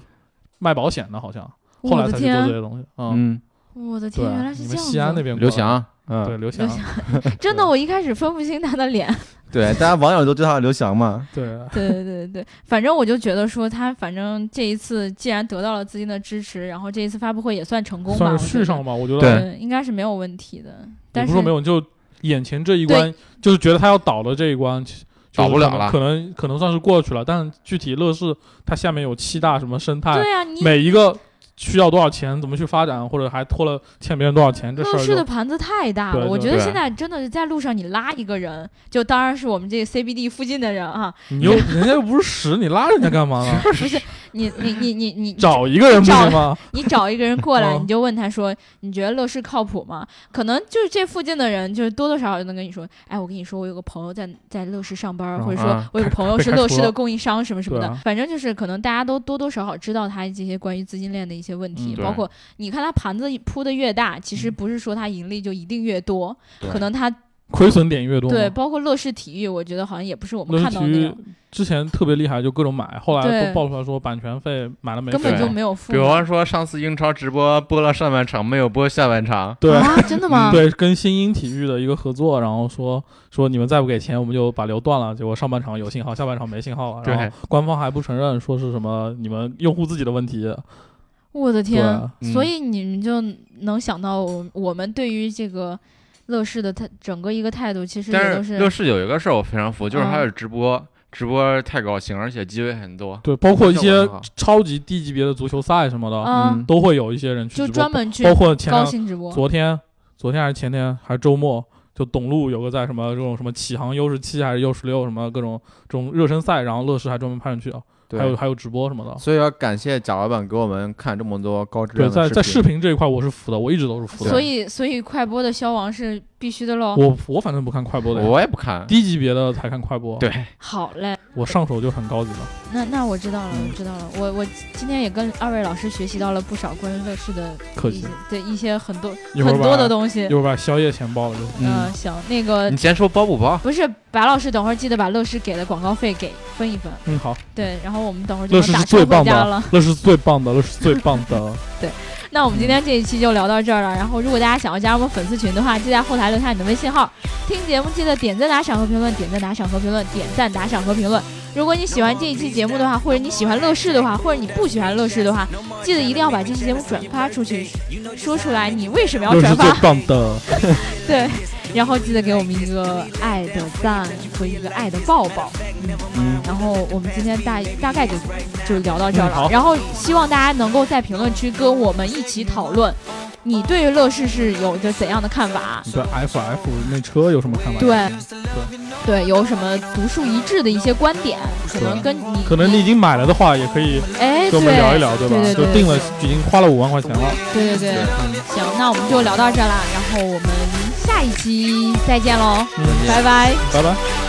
[SPEAKER 3] 卖保险的，好像后
[SPEAKER 2] 我
[SPEAKER 3] 来
[SPEAKER 2] 的
[SPEAKER 3] 才去做
[SPEAKER 2] 天，
[SPEAKER 3] 这
[SPEAKER 2] 啊
[SPEAKER 3] 些东西。嗯，
[SPEAKER 4] 嗯，
[SPEAKER 2] 我的
[SPEAKER 3] 对，啊
[SPEAKER 2] 天，原来是
[SPEAKER 3] 你
[SPEAKER 2] 这
[SPEAKER 3] 们
[SPEAKER 2] 样
[SPEAKER 3] 西安那
[SPEAKER 2] 子。
[SPEAKER 3] 边
[SPEAKER 4] 刘
[SPEAKER 3] 过来的，
[SPEAKER 4] 翔，嗯，
[SPEAKER 3] 对刘翔
[SPEAKER 2] 刘，真的，
[SPEAKER 3] 对
[SPEAKER 2] 我一开始分不清他的脸。
[SPEAKER 4] 对，大家网友都知道刘翔嘛，
[SPEAKER 3] 对，
[SPEAKER 2] 对对对对，反正我就觉得说他，反正这一次既然得到了资金的支持，然后这一次发布会也算成功吧，
[SPEAKER 3] 算
[SPEAKER 2] 我
[SPEAKER 3] 是
[SPEAKER 2] 觉
[SPEAKER 3] 续
[SPEAKER 2] 得
[SPEAKER 3] 上吧，我觉
[SPEAKER 4] 对
[SPEAKER 3] 得。
[SPEAKER 2] 对，应该是没有问题的。
[SPEAKER 3] 也
[SPEAKER 2] 但
[SPEAKER 3] 不
[SPEAKER 2] 是
[SPEAKER 3] 是说没有，就眼前这一关，就是觉得他要倒的这一关，其就是
[SPEAKER 4] 倒不了
[SPEAKER 3] 可能
[SPEAKER 4] 了
[SPEAKER 3] 可能可能算是过去了。但具体乐视它下面有七大什么生态，
[SPEAKER 2] 对啊，你
[SPEAKER 3] 每一个需要多少钱，怎么去发展，或者还拖了欠别人多少钱，这事
[SPEAKER 2] 乐
[SPEAKER 3] 儿
[SPEAKER 2] 嗯视的
[SPEAKER 3] 就
[SPEAKER 2] 盘子太大
[SPEAKER 3] 对
[SPEAKER 2] 了，我
[SPEAKER 3] 对
[SPEAKER 2] 觉得
[SPEAKER 4] 对
[SPEAKER 2] 现在真的是在路上你拉一个人，就当然是我们这 CBD 附近的人啊，
[SPEAKER 3] 你 又人家又不是屎，你拉人家干嘛呢？
[SPEAKER 2] 不是你你你你你
[SPEAKER 3] 找一个人不行吗？
[SPEAKER 2] 你找一个人 过来，
[SPEAKER 3] 嗯
[SPEAKER 2] 你就问他说，你觉得乐视靠谱吗？可能就是这附近的人，就是多多少少就能跟你说，哎，我跟你说，我有个朋友在在乐视上班，
[SPEAKER 3] 嗯
[SPEAKER 2] 或者说
[SPEAKER 4] 啊
[SPEAKER 2] 我有个朋友
[SPEAKER 3] 被
[SPEAKER 2] 是
[SPEAKER 3] 开
[SPEAKER 2] 乐
[SPEAKER 3] 除
[SPEAKER 2] 视
[SPEAKER 3] 了
[SPEAKER 2] 的供应商什么什么的
[SPEAKER 3] 对啊，
[SPEAKER 2] 反正就是可能大家都多多少少知道他这些关于资金链的一些问题
[SPEAKER 3] 嗯，
[SPEAKER 4] 对
[SPEAKER 2] 包括你看他盘子铺的越大，其实不是说他盈利就一定越多，
[SPEAKER 4] 对
[SPEAKER 2] 可能他
[SPEAKER 3] 亏损点越多嘛，
[SPEAKER 2] 对，包括乐视体育，我觉得好像也不是我
[SPEAKER 3] 乐
[SPEAKER 2] 们
[SPEAKER 3] 视
[SPEAKER 2] 看到
[SPEAKER 3] 体
[SPEAKER 2] 的那
[SPEAKER 3] 育
[SPEAKER 2] 种，
[SPEAKER 3] 之前特别厉害，就各种买，后来
[SPEAKER 2] 对
[SPEAKER 3] 都爆出来说版权费买了没
[SPEAKER 2] 根本
[SPEAKER 4] 对
[SPEAKER 2] 就没有付
[SPEAKER 4] 比方说上次英超直播播了上半场，没有播下半场，
[SPEAKER 3] 对
[SPEAKER 2] 啊，真的吗？
[SPEAKER 3] 对，跟新英体育的一个合作，然后说说你们再不给钱，我们就把流断了。结果上半场有信号，下半场没信号了。然
[SPEAKER 4] 对
[SPEAKER 3] 后官方还不承认，说是什么你们用户自己的问题。
[SPEAKER 2] 我的
[SPEAKER 3] 对
[SPEAKER 2] 天！
[SPEAKER 3] 啊，
[SPEAKER 4] 嗯
[SPEAKER 2] 所以你们就能想到我我们对于这个乐视的态整个一个态度，其实也
[SPEAKER 4] 但
[SPEAKER 2] 都
[SPEAKER 4] 是乐
[SPEAKER 2] 是
[SPEAKER 4] 视有一个事儿我非常服，就是
[SPEAKER 2] 嗯
[SPEAKER 4] 它有直播，直播太高兴，而且机会很多。
[SPEAKER 3] 对，包括一
[SPEAKER 4] 效
[SPEAKER 3] 些
[SPEAKER 4] 果很好
[SPEAKER 3] 超级地级别的足球赛什么的，
[SPEAKER 2] 啊、
[SPEAKER 4] 嗯
[SPEAKER 3] 都会有一些人去
[SPEAKER 2] 就
[SPEAKER 3] 直播
[SPEAKER 2] 专门去
[SPEAKER 3] 包括前
[SPEAKER 2] 高
[SPEAKER 3] 两
[SPEAKER 2] 薪直播。
[SPEAKER 3] 昨天，昨天还是前天还是周末，就董路有个在什么这种什么启航 U 十七还是 U 十六什么各种这种热身赛，然后乐视还专门派人去啊，还有
[SPEAKER 4] 对，
[SPEAKER 3] 还有直播什么的。
[SPEAKER 4] 所以要感谢贾老板给我们看这么多高质
[SPEAKER 3] 对，
[SPEAKER 4] 量的
[SPEAKER 3] 在
[SPEAKER 4] 视
[SPEAKER 3] 在视
[SPEAKER 4] 频。
[SPEAKER 3] 频这一块我是服的，我一直都是服的。
[SPEAKER 2] 所以，所以快播的消亡是必须的喽。
[SPEAKER 3] 我我反正不看快播的呀，
[SPEAKER 4] 我也不看，
[SPEAKER 3] 低级别的才看快播。
[SPEAKER 4] 对，
[SPEAKER 2] 好嘞，
[SPEAKER 3] 我上手就很高级了。
[SPEAKER 2] 那那我知道了，我知道了。我我今天也跟二位老师学习到了不少关于乐视的
[SPEAKER 3] 客
[SPEAKER 2] 一
[SPEAKER 3] 气
[SPEAKER 2] 些，对一些很多
[SPEAKER 3] 一会儿
[SPEAKER 2] 很多
[SPEAKER 3] 把
[SPEAKER 2] 的东西
[SPEAKER 3] 一。会儿把宵夜钱包了就。
[SPEAKER 2] 嗯、
[SPEAKER 4] 嗯，
[SPEAKER 2] 行，那个
[SPEAKER 4] 你先说包不包？
[SPEAKER 2] 不是白老师，等会儿记得把乐视给的广告费给分一分。
[SPEAKER 3] 嗯，好，
[SPEAKER 2] 对，然后我们等会儿就
[SPEAKER 3] 乐
[SPEAKER 2] 能
[SPEAKER 3] 视
[SPEAKER 2] 打
[SPEAKER 3] 是
[SPEAKER 2] 车
[SPEAKER 3] 最
[SPEAKER 2] 回
[SPEAKER 3] 棒
[SPEAKER 2] 家了
[SPEAKER 3] 的。，乐视是最棒的，乐视是最棒的。
[SPEAKER 2] 那我们今天这一期就聊到这儿了。然后，如果大家想要加入我们粉丝群的话，记得在后台留下你的微信号。听节目记得点赞、打赏和评论，点赞、打赏和评论，点赞、打赏和评论。如果你喜欢这一期节目的话，或者你喜欢乐视的话，或者你不喜欢乐视的话，记得一定要把这期节目转发出去，说出来你为什么要
[SPEAKER 3] 乐
[SPEAKER 2] 转
[SPEAKER 3] 视是最
[SPEAKER 2] 发。
[SPEAKER 3] 棒的，
[SPEAKER 2] 对，然后记得给我们一个爱的赞和一个爱的抱抱。嗯，然后我们今天大大概就就聊到这儿
[SPEAKER 3] 嗯
[SPEAKER 2] 了。
[SPEAKER 3] 好
[SPEAKER 2] 然后希望大家能够在评论区跟我们一起讨论，你对乐视是有着怎样的看法？
[SPEAKER 3] 你对 F F 那车有什么看法？，
[SPEAKER 2] 对，对，有什么独树一帜的一些观点？可能跟你
[SPEAKER 3] 可能你已经买了的话，也可以
[SPEAKER 2] 哎，
[SPEAKER 3] 跟我们聊一聊，
[SPEAKER 2] 对
[SPEAKER 3] 吧？
[SPEAKER 2] 对
[SPEAKER 3] 就
[SPEAKER 2] 对
[SPEAKER 3] 定了，已经花了五万块钱了。
[SPEAKER 2] 对对对，嗯行，那我们就聊到这儿啦。然后我们下一期再见喽，
[SPEAKER 3] 嗯，
[SPEAKER 2] 拜拜。
[SPEAKER 3] 拜拜。
[SPEAKER 6] 「